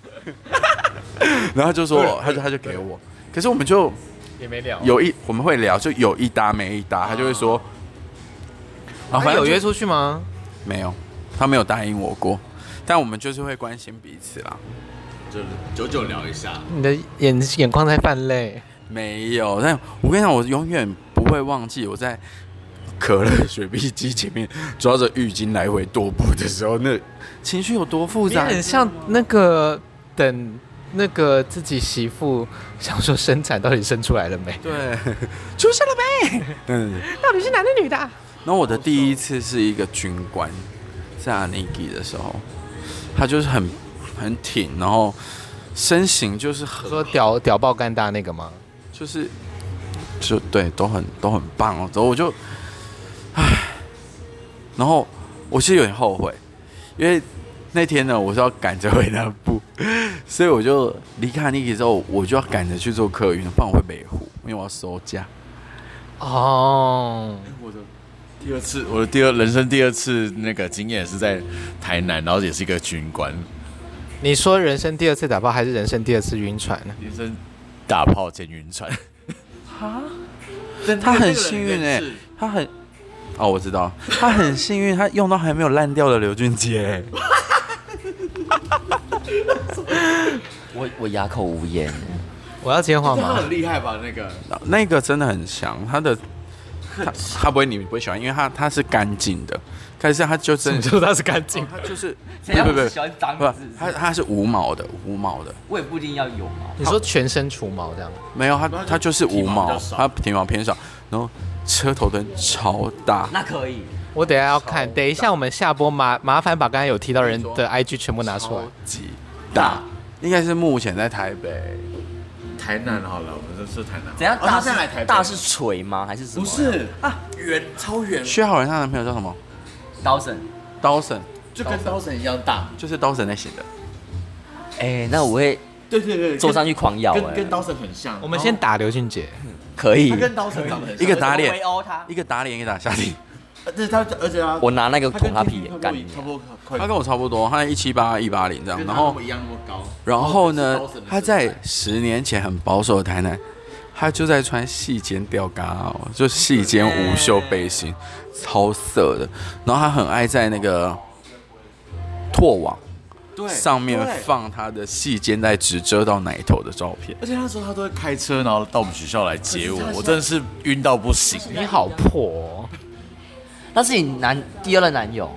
Speaker 3: 然后他就说他就他就给我，可是我们就
Speaker 1: 也没聊。
Speaker 3: 有一我们会聊，就有一搭没一搭，他就会说啊
Speaker 1: 他有
Speaker 3: 就
Speaker 1: 约出去吗？
Speaker 3: 没有？他没有答应我过，但我们就是会关心彼此啦。
Speaker 2: 就久久聊一下。
Speaker 1: 你的眼眼眶在泛泪。
Speaker 3: 没有，但我跟你讲，我永远不会忘记我在可乐雪碧机前面抓着浴巾来回踱步的时候，那情绪有多复
Speaker 1: 你
Speaker 3: 杂。
Speaker 1: 很像那个等那个自己媳妇想说生产到底生出来了没？
Speaker 3: 对，出生了没？嗯，
Speaker 1: 到底是男的女的、啊
Speaker 3: 然后我的第一次是一个军官，在阿尼基的时候，他就是很很挺，然后身形就是很
Speaker 1: 说屌屌爆干大那个吗？
Speaker 3: 就是就对，都很都很棒哦。然后我就，唉，然后我其实有点后悔，因为那天呢，我是要赶着回南部，所以我就离开 Niki 之后，我就要赶着去做客运，不然我会北湖，因为我要收假。
Speaker 1: 哦，
Speaker 2: 我的第二次，我的第二人生第二次那个经验是在台南，然后也是一个军官，
Speaker 1: 你说人生第二次打炮还是人生第二次晕船呢？
Speaker 2: 人生打炮兼晕 <laughs> 船。
Speaker 3: 他很幸运哎、他很。哦，我知道，他很幸运，他用到还没有烂掉的刘俊杰、
Speaker 4: 我我哑口无言，
Speaker 1: 我要接话 <laughs>
Speaker 2: 他
Speaker 1: 吗？
Speaker 2: 很厉害吧？那个
Speaker 3: 那个真的很强，他的他他不会你不会喜欢，因为他他是干净的，但是他就真的
Speaker 1: 说他是干净，
Speaker 3: 他就是不
Speaker 4: 怎样
Speaker 3: 不不
Speaker 4: 喜欢脏
Speaker 3: 不
Speaker 4: 字，
Speaker 3: 他他是无毛的，无毛的，
Speaker 4: 我也不一定要有嘛。
Speaker 1: 你说全身除毛这样，
Speaker 3: 没有他他就是无
Speaker 2: 体毛
Speaker 3: 毛
Speaker 2: 比较，少
Speaker 3: 他体毛偏少，然后车头灯超大，
Speaker 4: 那可以，
Speaker 1: 我等一下要看，等一下我们下播麻麻烦把刚刚有提到人的 IG 全部拿出来
Speaker 3: 超。级大，应该是目前在台北，
Speaker 2: 台南好了，我们这是台南。
Speaker 4: 怎样
Speaker 2: 哦
Speaker 4: 大
Speaker 2: 他
Speaker 4: 是、
Speaker 2: 现在来台北
Speaker 4: 大是锤吗？还是什么？
Speaker 2: 不是啊？远超远，
Speaker 3: 薛浩然她男朋友叫什么？
Speaker 4: 刀神。
Speaker 3: 刀神，
Speaker 2: 就跟刀神一样大。
Speaker 3: 就是刀神类型的，
Speaker 4: 哎、那我会
Speaker 2: 对对对，
Speaker 4: 坐上去狂咬、哎，
Speaker 2: 跟跟刀神很像。哦
Speaker 1: 我们先打刘俊杰，
Speaker 4: 可以
Speaker 2: 他。跟刀神长得很像
Speaker 3: 一个打脸
Speaker 4: 围殴他
Speaker 3: 一，个打脸一个打下体，
Speaker 2: 而且他而且他
Speaker 4: 我拿那个
Speaker 2: 他跟
Speaker 4: 捅他
Speaker 2: TT
Speaker 4: 屁眼干你
Speaker 2: 差不多快，
Speaker 3: 他跟我差不多，他一七八一八零这样，然后
Speaker 2: 跟他一样那么高。
Speaker 3: 然后呢
Speaker 2: 是刀神，的
Speaker 3: 他
Speaker 2: 身
Speaker 3: 在
Speaker 2: 材
Speaker 3: 十年前很保守的台南，他就在穿细肩吊嘎哦，就细肩无袖背心，超色的。然后他很爱在那个拓网，
Speaker 2: 对
Speaker 3: 上面
Speaker 2: 对
Speaker 3: 放他的细肩带只遮到奶头的照片。
Speaker 2: 而且那时候他都会开车，然后到我们学校来接我，我真的是晕到不行。
Speaker 1: 你好破、哦，
Speaker 4: 那是你男第二任男友。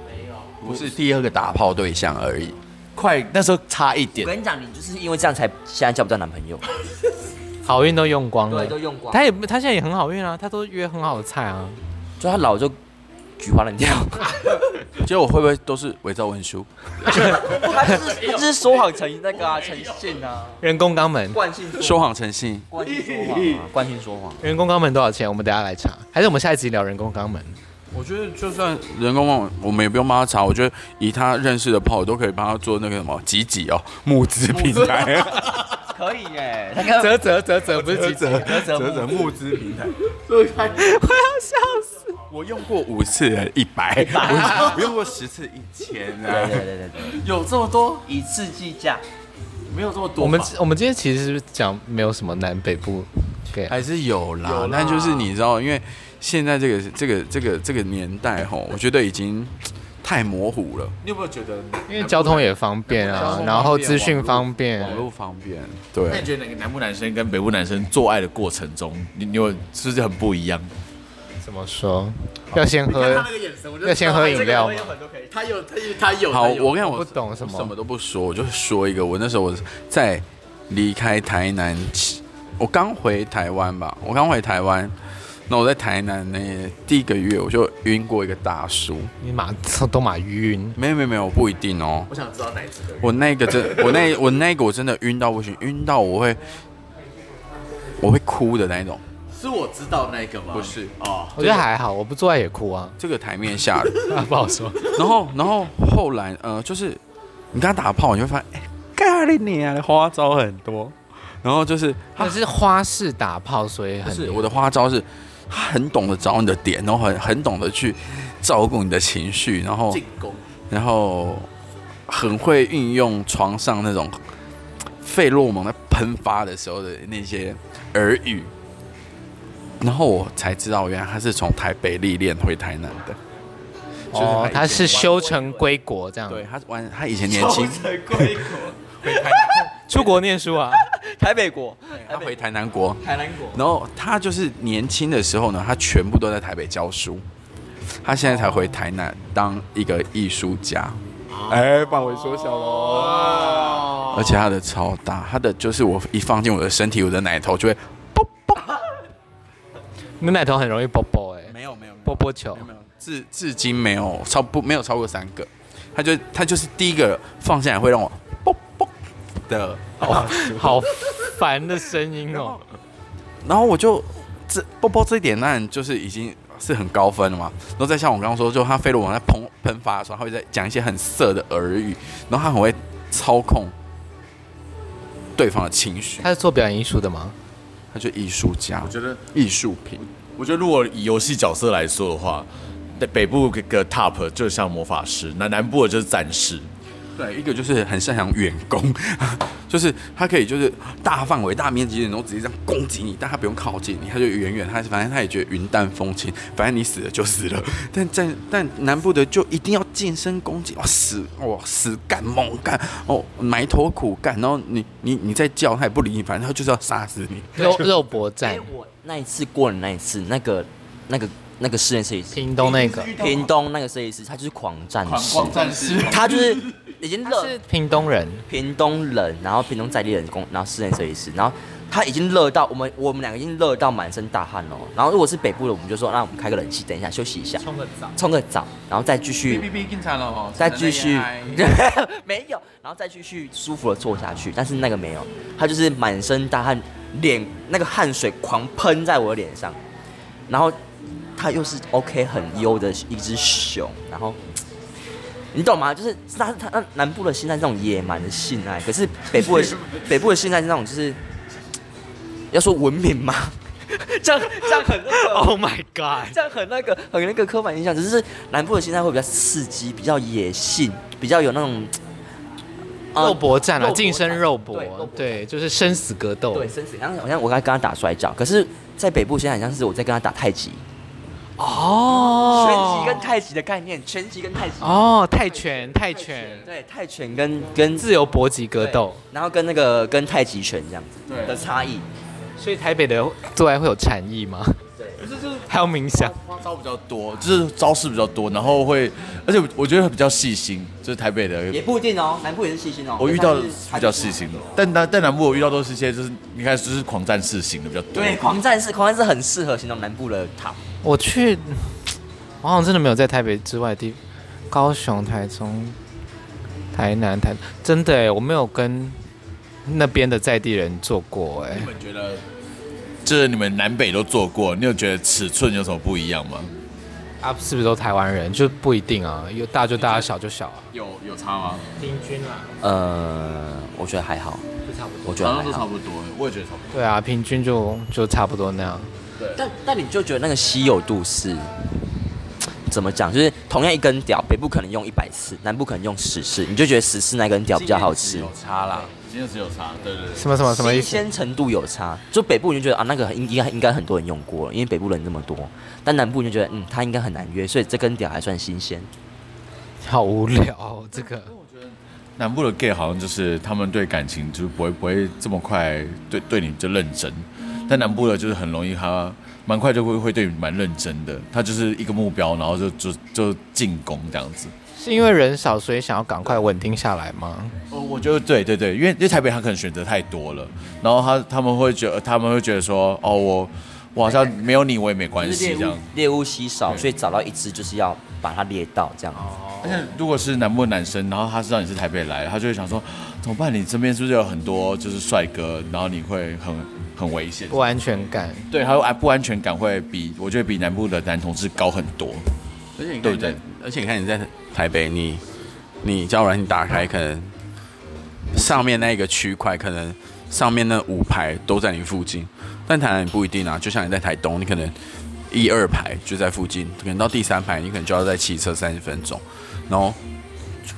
Speaker 3: 不是第二个打炮对象而已，
Speaker 2: 快，那时候差一点
Speaker 4: 我，跟你讲，你就是因为这样才现在交不到男朋友。
Speaker 1: 好运都用光了
Speaker 4: 对，，都用光。
Speaker 1: 他也不他现在也很好运啊，他都约很好的菜啊。
Speaker 4: 就他老就菊花冷掉，
Speaker 3: 结果会不会都是伪造文书？
Speaker 4: 他就是他就是说谎成那个啊，诚信啊，
Speaker 1: 人工肛门，
Speaker 4: 惯性
Speaker 3: 说谎成性，
Speaker 4: 惯性说谎啊，惯性说谎。
Speaker 1: 人工肛门多少钱？我们等一下来查，还是我们下一集聊人工肛门？
Speaker 3: 我觉得就算人工帮我们也不用帮他查，我觉得以他认识的炮，我都可以帮他做那个什么集集哦，募资平台，
Speaker 4: 可以耶，他刚
Speaker 1: 啧啧啧 <laughs> 啧，不是几折，
Speaker 3: 折折募资平台。
Speaker 1: 我要笑死。
Speaker 3: 我用过五次一百，我用过十次一千
Speaker 4: 对对
Speaker 3: 啊。
Speaker 4: 对对对，
Speaker 5: 有这么多？
Speaker 4: 以次计价，
Speaker 5: 没有这么多吧。
Speaker 1: 我们我们今天其实是讲没有什么南北部 gay，
Speaker 3: 还是有啦，
Speaker 5: 有啦
Speaker 3: 但就是你知道，因为现在这个这个这个这个年代吼，我觉得已经太模糊了，
Speaker 5: 你有没有觉得？
Speaker 1: 因为交通也方便
Speaker 3: 哎交通
Speaker 1: 啊
Speaker 3: 方，便
Speaker 1: 然后资讯方
Speaker 3: 网
Speaker 1: 便，
Speaker 3: 络方便，
Speaker 2: 那你
Speaker 3: 对，
Speaker 2: 觉得哪个南部男生跟北部男生做爱的过程中，你你有是不是很不一样？
Speaker 1: 怎么说？要先喝，
Speaker 5: 个眼神，我
Speaker 1: 要先喝饮料吗
Speaker 5: 有很多可以。他有，他有，他有
Speaker 3: 好，我跟你讲，
Speaker 1: 不
Speaker 3: 我
Speaker 1: 懂什
Speaker 3: 我
Speaker 1: 么
Speaker 3: 什么都不说，我就说一个，我那时候我在离开台南，我刚回台湾吧，我刚回台湾，那我在台南那第一个月我就晕过一个大叔，
Speaker 1: 你马都马晕，
Speaker 3: 没有没有没有，不一定哦，
Speaker 5: 我想知道哪一只可以。
Speaker 3: 我那个
Speaker 5: <laughs>
Speaker 3: 真，我那我那个我真的晕到不行，晕到我会我会哭的那一种。
Speaker 5: 是我知道那个吗？
Speaker 3: 不是
Speaker 5: 哦，
Speaker 1: 我觉得还好，我不做爱也哭啊，
Speaker 3: 这个台面下的，
Speaker 1: <laughs> 不好说。
Speaker 3: 然后然后后来呃，就是你跟他打炮，你就会发现，哎、咖喱你啊，花招很多。然后就是
Speaker 1: 他是花式打炮，所以
Speaker 3: 不
Speaker 1: 很
Speaker 3: 是我的花招是，他很懂得找你的点，然后很很懂得去照顾你的情绪，然后
Speaker 5: 进攻。
Speaker 3: 然后很会运用床上那种费洛蒙在喷发的时候的那些耳语，然后我才知道，原来他是从台北历练回台南的。就是
Speaker 1: 哦，
Speaker 3: 以
Speaker 1: 他是
Speaker 3: 前
Speaker 1: 修成归国这样，
Speaker 3: 对，他玩他以前年
Speaker 4: <laughs>
Speaker 3: 轻，
Speaker 5: 成贵国，
Speaker 1: 出国念书啊，
Speaker 4: 台北国，
Speaker 3: 他回台南国，
Speaker 4: 台南国，
Speaker 3: 然后他就是年轻的时候呢，他全部都在台北教书，他现在才回台南当一个艺术家。哎，范围缩小
Speaker 5: 哦
Speaker 3: 喽。而且他的超大，他的就是我一放进我的身体，我的奶头就会
Speaker 1: 你奶头很容易啵啵哎，
Speaker 3: 没有没有没
Speaker 1: 波波球
Speaker 3: 有没有，至哦至今没有超不没有超过三个，他就他就是第一个放下来会让我啵啵的，
Speaker 1: 哦 <laughs> 好烦的声音 <laughs> 哦。
Speaker 3: 然后我就这啵啵这一点，那就是已经是很高分了嘛。然后再像我刚刚说，就他飞罗往在喷喷发的时候，他会在讲一些很色的耳语，然后他很会操控对方的情绪，
Speaker 1: 他是做表演艺术的吗？
Speaker 3: 他就艺术家
Speaker 2: 我，觉得，
Speaker 3: 艺术品。
Speaker 2: 我觉得如果以游戏角色来说的话，北北部这个 top 就像魔法师，那南部的就是战士。
Speaker 3: 对，一个就是很擅长远攻， <laughs> 就是他可以就是大范围、大面积的，然后直接这样攻击你，但他不用靠近你，他就远远，他反正他也觉得云淡风轻，反正你死了就死了。 <laughs> 但但但南部的就一定要近身攻击，哇哦死哇死干猛干哦埋头苦干，然后你你你再叫他也不理你，反正他就是要杀死你。
Speaker 1: 肉肉搏战
Speaker 4: 哎，，我那一次过了那一次，那个那个那个室内设计师，
Speaker 1: 屏东那个
Speaker 4: 屏东那个设计师，他就是狂战士，
Speaker 5: 战士，
Speaker 4: 他就是已经热
Speaker 1: 是屏东人，
Speaker 4: 屏东人，然后屏东在地人工，然后室内设计师，然后他已经热到我们，我们两个已经热到满身大汗了。然后如果是北部的，我们就说那我们开个冷气，等一下休息一下，
Speaker 5: 冲个澡。
Speaker 4: 冲个澡，然后再继续，
Speaker 5: B 更惨了哦
Speaker 4: 再继续， <laughs> 没有，然后再继续舒服的坐下去。但是那个没有，他就是满身大汗，脸那个汗水狂喷在我的脸上，然后他又是 OK 很优的一只熊，然后。你懂吗？就是他他他南部的性爱是那种野蛮的性爱，可是北部的北部的性爱是那种就是，要说文明吗？ <laughs> 这样这样很那个
Speaker 1: Oh my god！
Speaker 4: 这样很那个很那个刻板印象，只是南部的心态会比较刺激，比较野性，比较有那种呃
Speaker 1: 肉搏战啊，
Speaker 4: 肉搏战
Speaker 1: 近身肉
Speaker 4: 对肉
Speaker 1: 搏
Speaker 4: 搏，
Speaker 1: 对，就是生死格斗。
Speaker 4: 对生死。然后好像我刚才跟他打摔跤，可是，在北部现在好像是我在跟他打太极，
Speaker 1: 哦，
Speaker 4: 拳击跟太极的概念，拳击跟太极，
Speaker 1: 哦，泰拳，泰拳，
Speaker 4: 对，泰拳跟跟
Speaker 1: 自由搏击格
Speaker 4: 对
Speaker 1: 斗，
Speaker 4: 然后跟那个跟太极拳这样子的差异，
Speaker 1: 所以台北的做爱会有禅意吗？对，还有冥想，
Speaker 2: 招比较多，就是招式比较多，然后会，而且我觉得比较细心，就是台北的
Speaker 4: 也不一定哦，南部也是细心哦。
Speaker 2: 我遇到的
Speaker 4: 就是像是
Speaker 2: 比较细心的，但南但南部我遇到都是一些就是你看就是狂战士型的比较多。
Speaker 4: 对，狂战士，狂战士很适合形容南部的塔。
Speaker 1: 我去，我好像真的没有在台北之外的地，高雄、台中、台南、台，真的哎，我没有跟那边的在地人做过哎
Speaker 2: 你。们觉得，就是你们南北都做过，你有觉得尺寸有什么不一样吗？
Speaker 1: 啊，是不是都台湾人？就不一定啊，有大就大，小就小啊。
Speaker 5: 有有差吗？
Speaker 1: 平均啊，
Speaker 4: 呃，我觉得还好，
Speaker 1: 就差不多。
Speaker 4: 我觉得
Speaker 5: 好
Speaker 4: 还
Speaker 5: 像都差
Speaker 4: 好。
Speaker 5: 不多欸，
Speaker 2: 我也觉得差不
Speaker 1: 对啊，平均就就差不多那样。
Speaker 4: 但但你就觉得那个稀有度是怎么讲？就是同样一根屌，北部可能用一百次，南部可能用十次，你就觉得十次那根屌比较好吃。
Speaker 5: 差啦。
Speaker 2: 多，今天只有差，对对对。
Speaker 1: 什么什么什么意
Speaker 4: 新
Speaker 1: 思？
Speaker 4: 鲜程度有差，就北部你就觉得啊，那个应应该应该很多人用过了，因为北部人这么多。但南部你就觉得，嗯，它应该很难约，所以这根屌还算新鲜。
Speaker 1: 好无聊、哦，这个
Speaker 2: 南部的 gay 好像就是他们对感情就是不会不会这么快对对你就认真，但南部的就是很容易他蛮快就会会对你蛮认真的，他就是一个目标，然后就就就进攻这样子。
Speaker 1: 是因为人少，所以想要赶快稳定下来吗？
Speaker 2: 哦，我觉得对对对，因为因为台北他可能选择太多了，然后他他们会觉得他们会觉得说，哦，我我好像没有你我也没关
Speaker 4: 就是
Speaker 2: 系这
Speaker 4: 猎物嗯
Speaker 2: 样。
Speaker 4: 猎物稀少，所以找到一只就是要把它猎到这样子。
Speaker 2: 而且如果是南部男生，然后他知道你是台北来的，他就会想说，怎么办？你身边是不是有很多就是帅哥？然后你会很很危险。
Speaker 1: 不安全感，
Speaker 2: 对，还有安不安全感会比我觉得比南部的男同志高很多。
Speaker 3: 而且你
Speaker 2: 对不
Speaker 3: 看你
Speaker 2: 对
Speaker 3: 在，而且你看你在台北，你你交友软件打开，可能上面那一个区块，可能上面那五排都在你附近，但台南你不一定啊。就像你在台东，你可能一二排就在附近，可能到第三排，你可能就要再骑车三十分钟，然后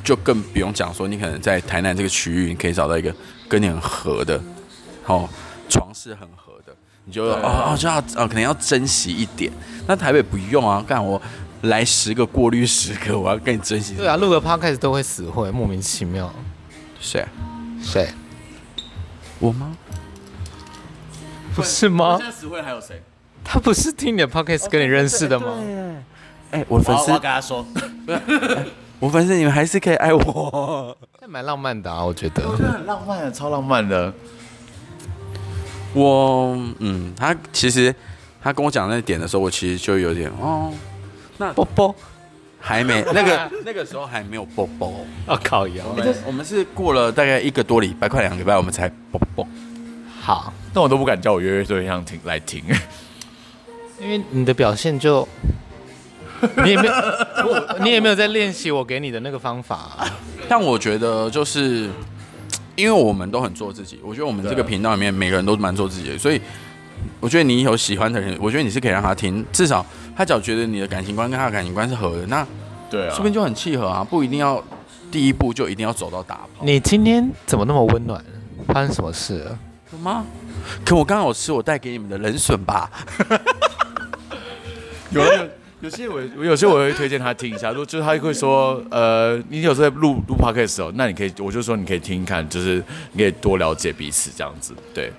Speaker 3: 就更不用讲说，你可能在台南这个区域，你可以找到一个跟你很合的，好、床是很合的，你就哦哦就要哦，可能要珍惜一点。那台北不用啊，干我来十个过滤十个，我要跟你珍惜。
Speaker 1: 对啊，录个 podcast 都会死会，莫名其妙。
Speaker 3: 谁啊？
Speaker 1: 谁？
Speaker 3: 我吗？
Speaker 1: 不是吗？
Speaker 2: 在实惠还有谁？
Speaker 1: 他不是听你的 podcast 跟你认识的吗？
Speaker 3: 哎、我的粉
Speaker 1: 哦
Speaker 3: 丝，
Speaker 2: 他说，
Speaker 3: 我粉丝，你们还是可以爱我。
Speaker 1: 这蛮浪漫的啊，我觉得。
Speaker 2: <laughs> 真的很浪漫的，啊超浪漫的。
Speaker 3: 我嗯，他其实他跟我讲那点的时候，我其实就有点哦，那
Speaker 1: 波波，
Speaker 3: 还没那个那个时候还没有啵啵。
Speaker 1: 啊靠腰
Speaker 3: 我。们我们是过了大概一个多礼拜，快两个礼拜，我们才啵啵。
Speaker 1: 好，
Speaker 2: 那我都不敢叫我约约对象听来听。
Speaker 1: 因为你的表现就，你也没有，我你也没有在练习我给你的那个方法啊、
Speaker 3: 但我觉得就是，因为我们都很做自己，我觉得我们这个
Speaker 2: 对
Speaker 3: 频道里面每个人都蛮做自己的，所以我觉得你有喜欢的人，我觉得你是可以让他听，至少他只要觉得你的感情观跟他的感情观是合的，那
Speaker 2: 对啊
Speaker 3: 说不定就很契合啊，不一定要第一步就一定要走到打炮。
Speaker 1: 你今天怎么那么温暖？发生什么事了？
Speaker 3: 有吗？可我刚刚有吃我带给你们的人笋吧，
Speaker 2: 有有有些我我有些我会推荐他听一下，如果就是他会说，呃，你有时候在录录 podcast 哦，那你可以，我就说你可以听一看，就是你可以多了解彼此这样子，对。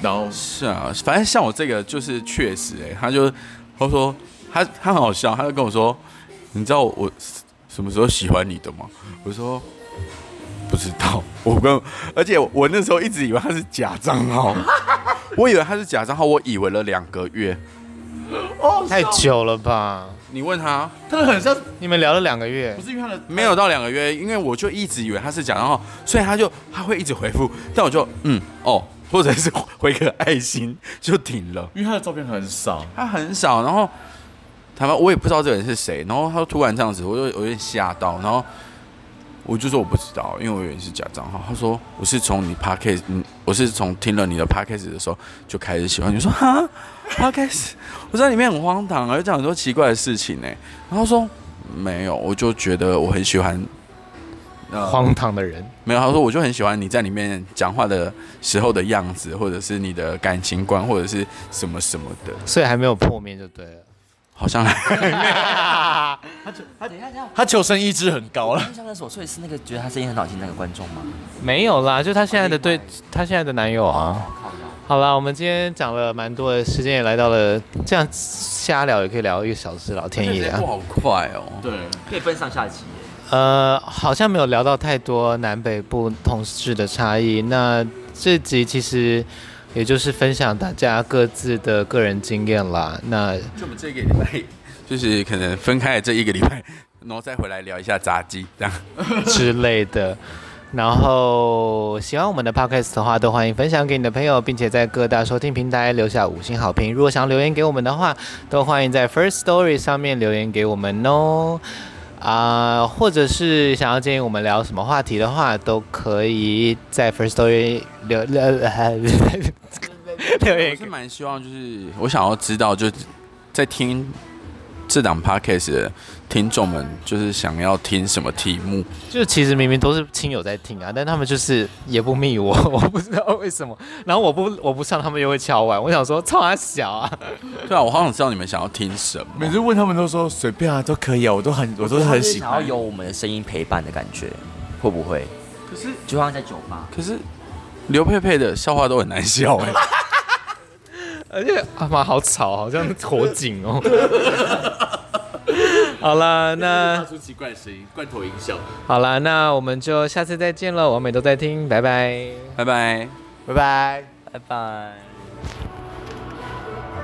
Speaker 2: 然后
Speaker 3: 是啊，反正像我这个就是确实哎、他就他说他他很好笑，他就跟我说，你知道我什么时候喜欢你的吗？我说不知道，我跟而且我那时候一直以为他是假
Speaker 2: <laughs>
Speaker 3: 账号，我以为他是假账号，我以为了两个月。
Speaker 1: 太久了吧？
Speaker 3: 你问他
Speaker 2: 他很像
Speaker 1: 你们聊了两个月
Speaker 2: 不，是因为他的
Speaker 3: 没有到两个月，因为我就一直以为他是假账号，所以他就他会一直回复，但我就嗯哦，或者是回个爱心就停了。
Speaker 2: 因为他的照片很少，
Speaker 3: 他很少，然后台湾我也不知道这个人是谁，然后他突然这样子，我就我有点吓到，然后我就说我不知道，因为我以为是假账号。他说我是从你 podcast，嗯，我是从听了你的 podcast 的时候就开始喜欢你。我说哈 podcast，我在里面很荒唐，而且讲很多奇怪的事情呢、然后他说嗯没有，我就觉得我很喜欢。呃
Speaker 1: 荒唐的人，
Speaker 3: 没有，他说我就很喜欢你在里面讲话的时候的样子，或者是你的感情观，或者是什么什么的。
Speaker 1: <laughs> 所以还没有破灭就对了。
Speaker 3: 好像还没
Speaker 4: 等一下，等一下，
Speaker 2: 他求生意志很高了。
Speaker 4: 印象的所所以是那个觉得他声音很好听那个观众吗？
Speaker 1: 没有啦，就她现在的对，她现在的男友啊。好啦，我们今天讲了蛮多的，时间也来到了，这样瞎聊也可以聊一个小时，老天爷啊
Speaker 3: 哇，！好快哦！
Speaker 5: 对，
Speaker 4: 可以分上下集。
Speaker 1: 呃，好像没有聊到太多南北部同事的差异。那这集其实也就是分享大家各自的个人经验啦。那
Speaker 3: 就我们这个礼拜，就是可能分开了这一个礼拜， <laughs> 然后再回来聊一下炸鸡，这样。
Speaker 1: 之类的。然后喜欢我们的 podcast 的话，都欢迎分享给你的朋友，并且在各大收听平台留下五星好评。如果想留言给我们的话，都欢迎在 First Story 上面留言给我们哦。啊、或者是想要建议我们聊什么话题的话，都可以在 First Story 留留留
Speaker 3: 我
Speaker 1: 言
Speaker 3: 是。蛮希望，就是我想要知道，就是在听这档 podcast 的听众们，就是想要听什么题目？
Speaker 1: 就其实明明都是亲友在听啊，但他们就是也不密我，我不知道为什么。然后我不我不上，他们又会敲碗。我想说，操他小啊！
Speaker 3: 对啊，我好想知道你们想要听什么。
Speaker 2: 每次问他们都说随便啊，都可以啊，我都很我都是很喜
Speaker 4: 想要
Speaker 2: 欢。
Speaker 4: 有我们的声音陪伴的感觉，会不会？
Speaker 5: 可是
Speaker 4: 就像在酒吧，
Speaker 3: 可是刘佩佩的笑话都很难笑哎、
Speaker 1: 而且阿妈好吵，好像火警哦。好啦，
Speaker 5: 发
Speaker 1: 那
Speaker 5: 出奇怪的声音，罐头音效。
Speaker 1: 好啦，那我们就下次再见了。王美都在听，拜拜，
Speaker 3: 拜拜。
Speaker 1: 拜拜。
Speaker 4: 拜拜。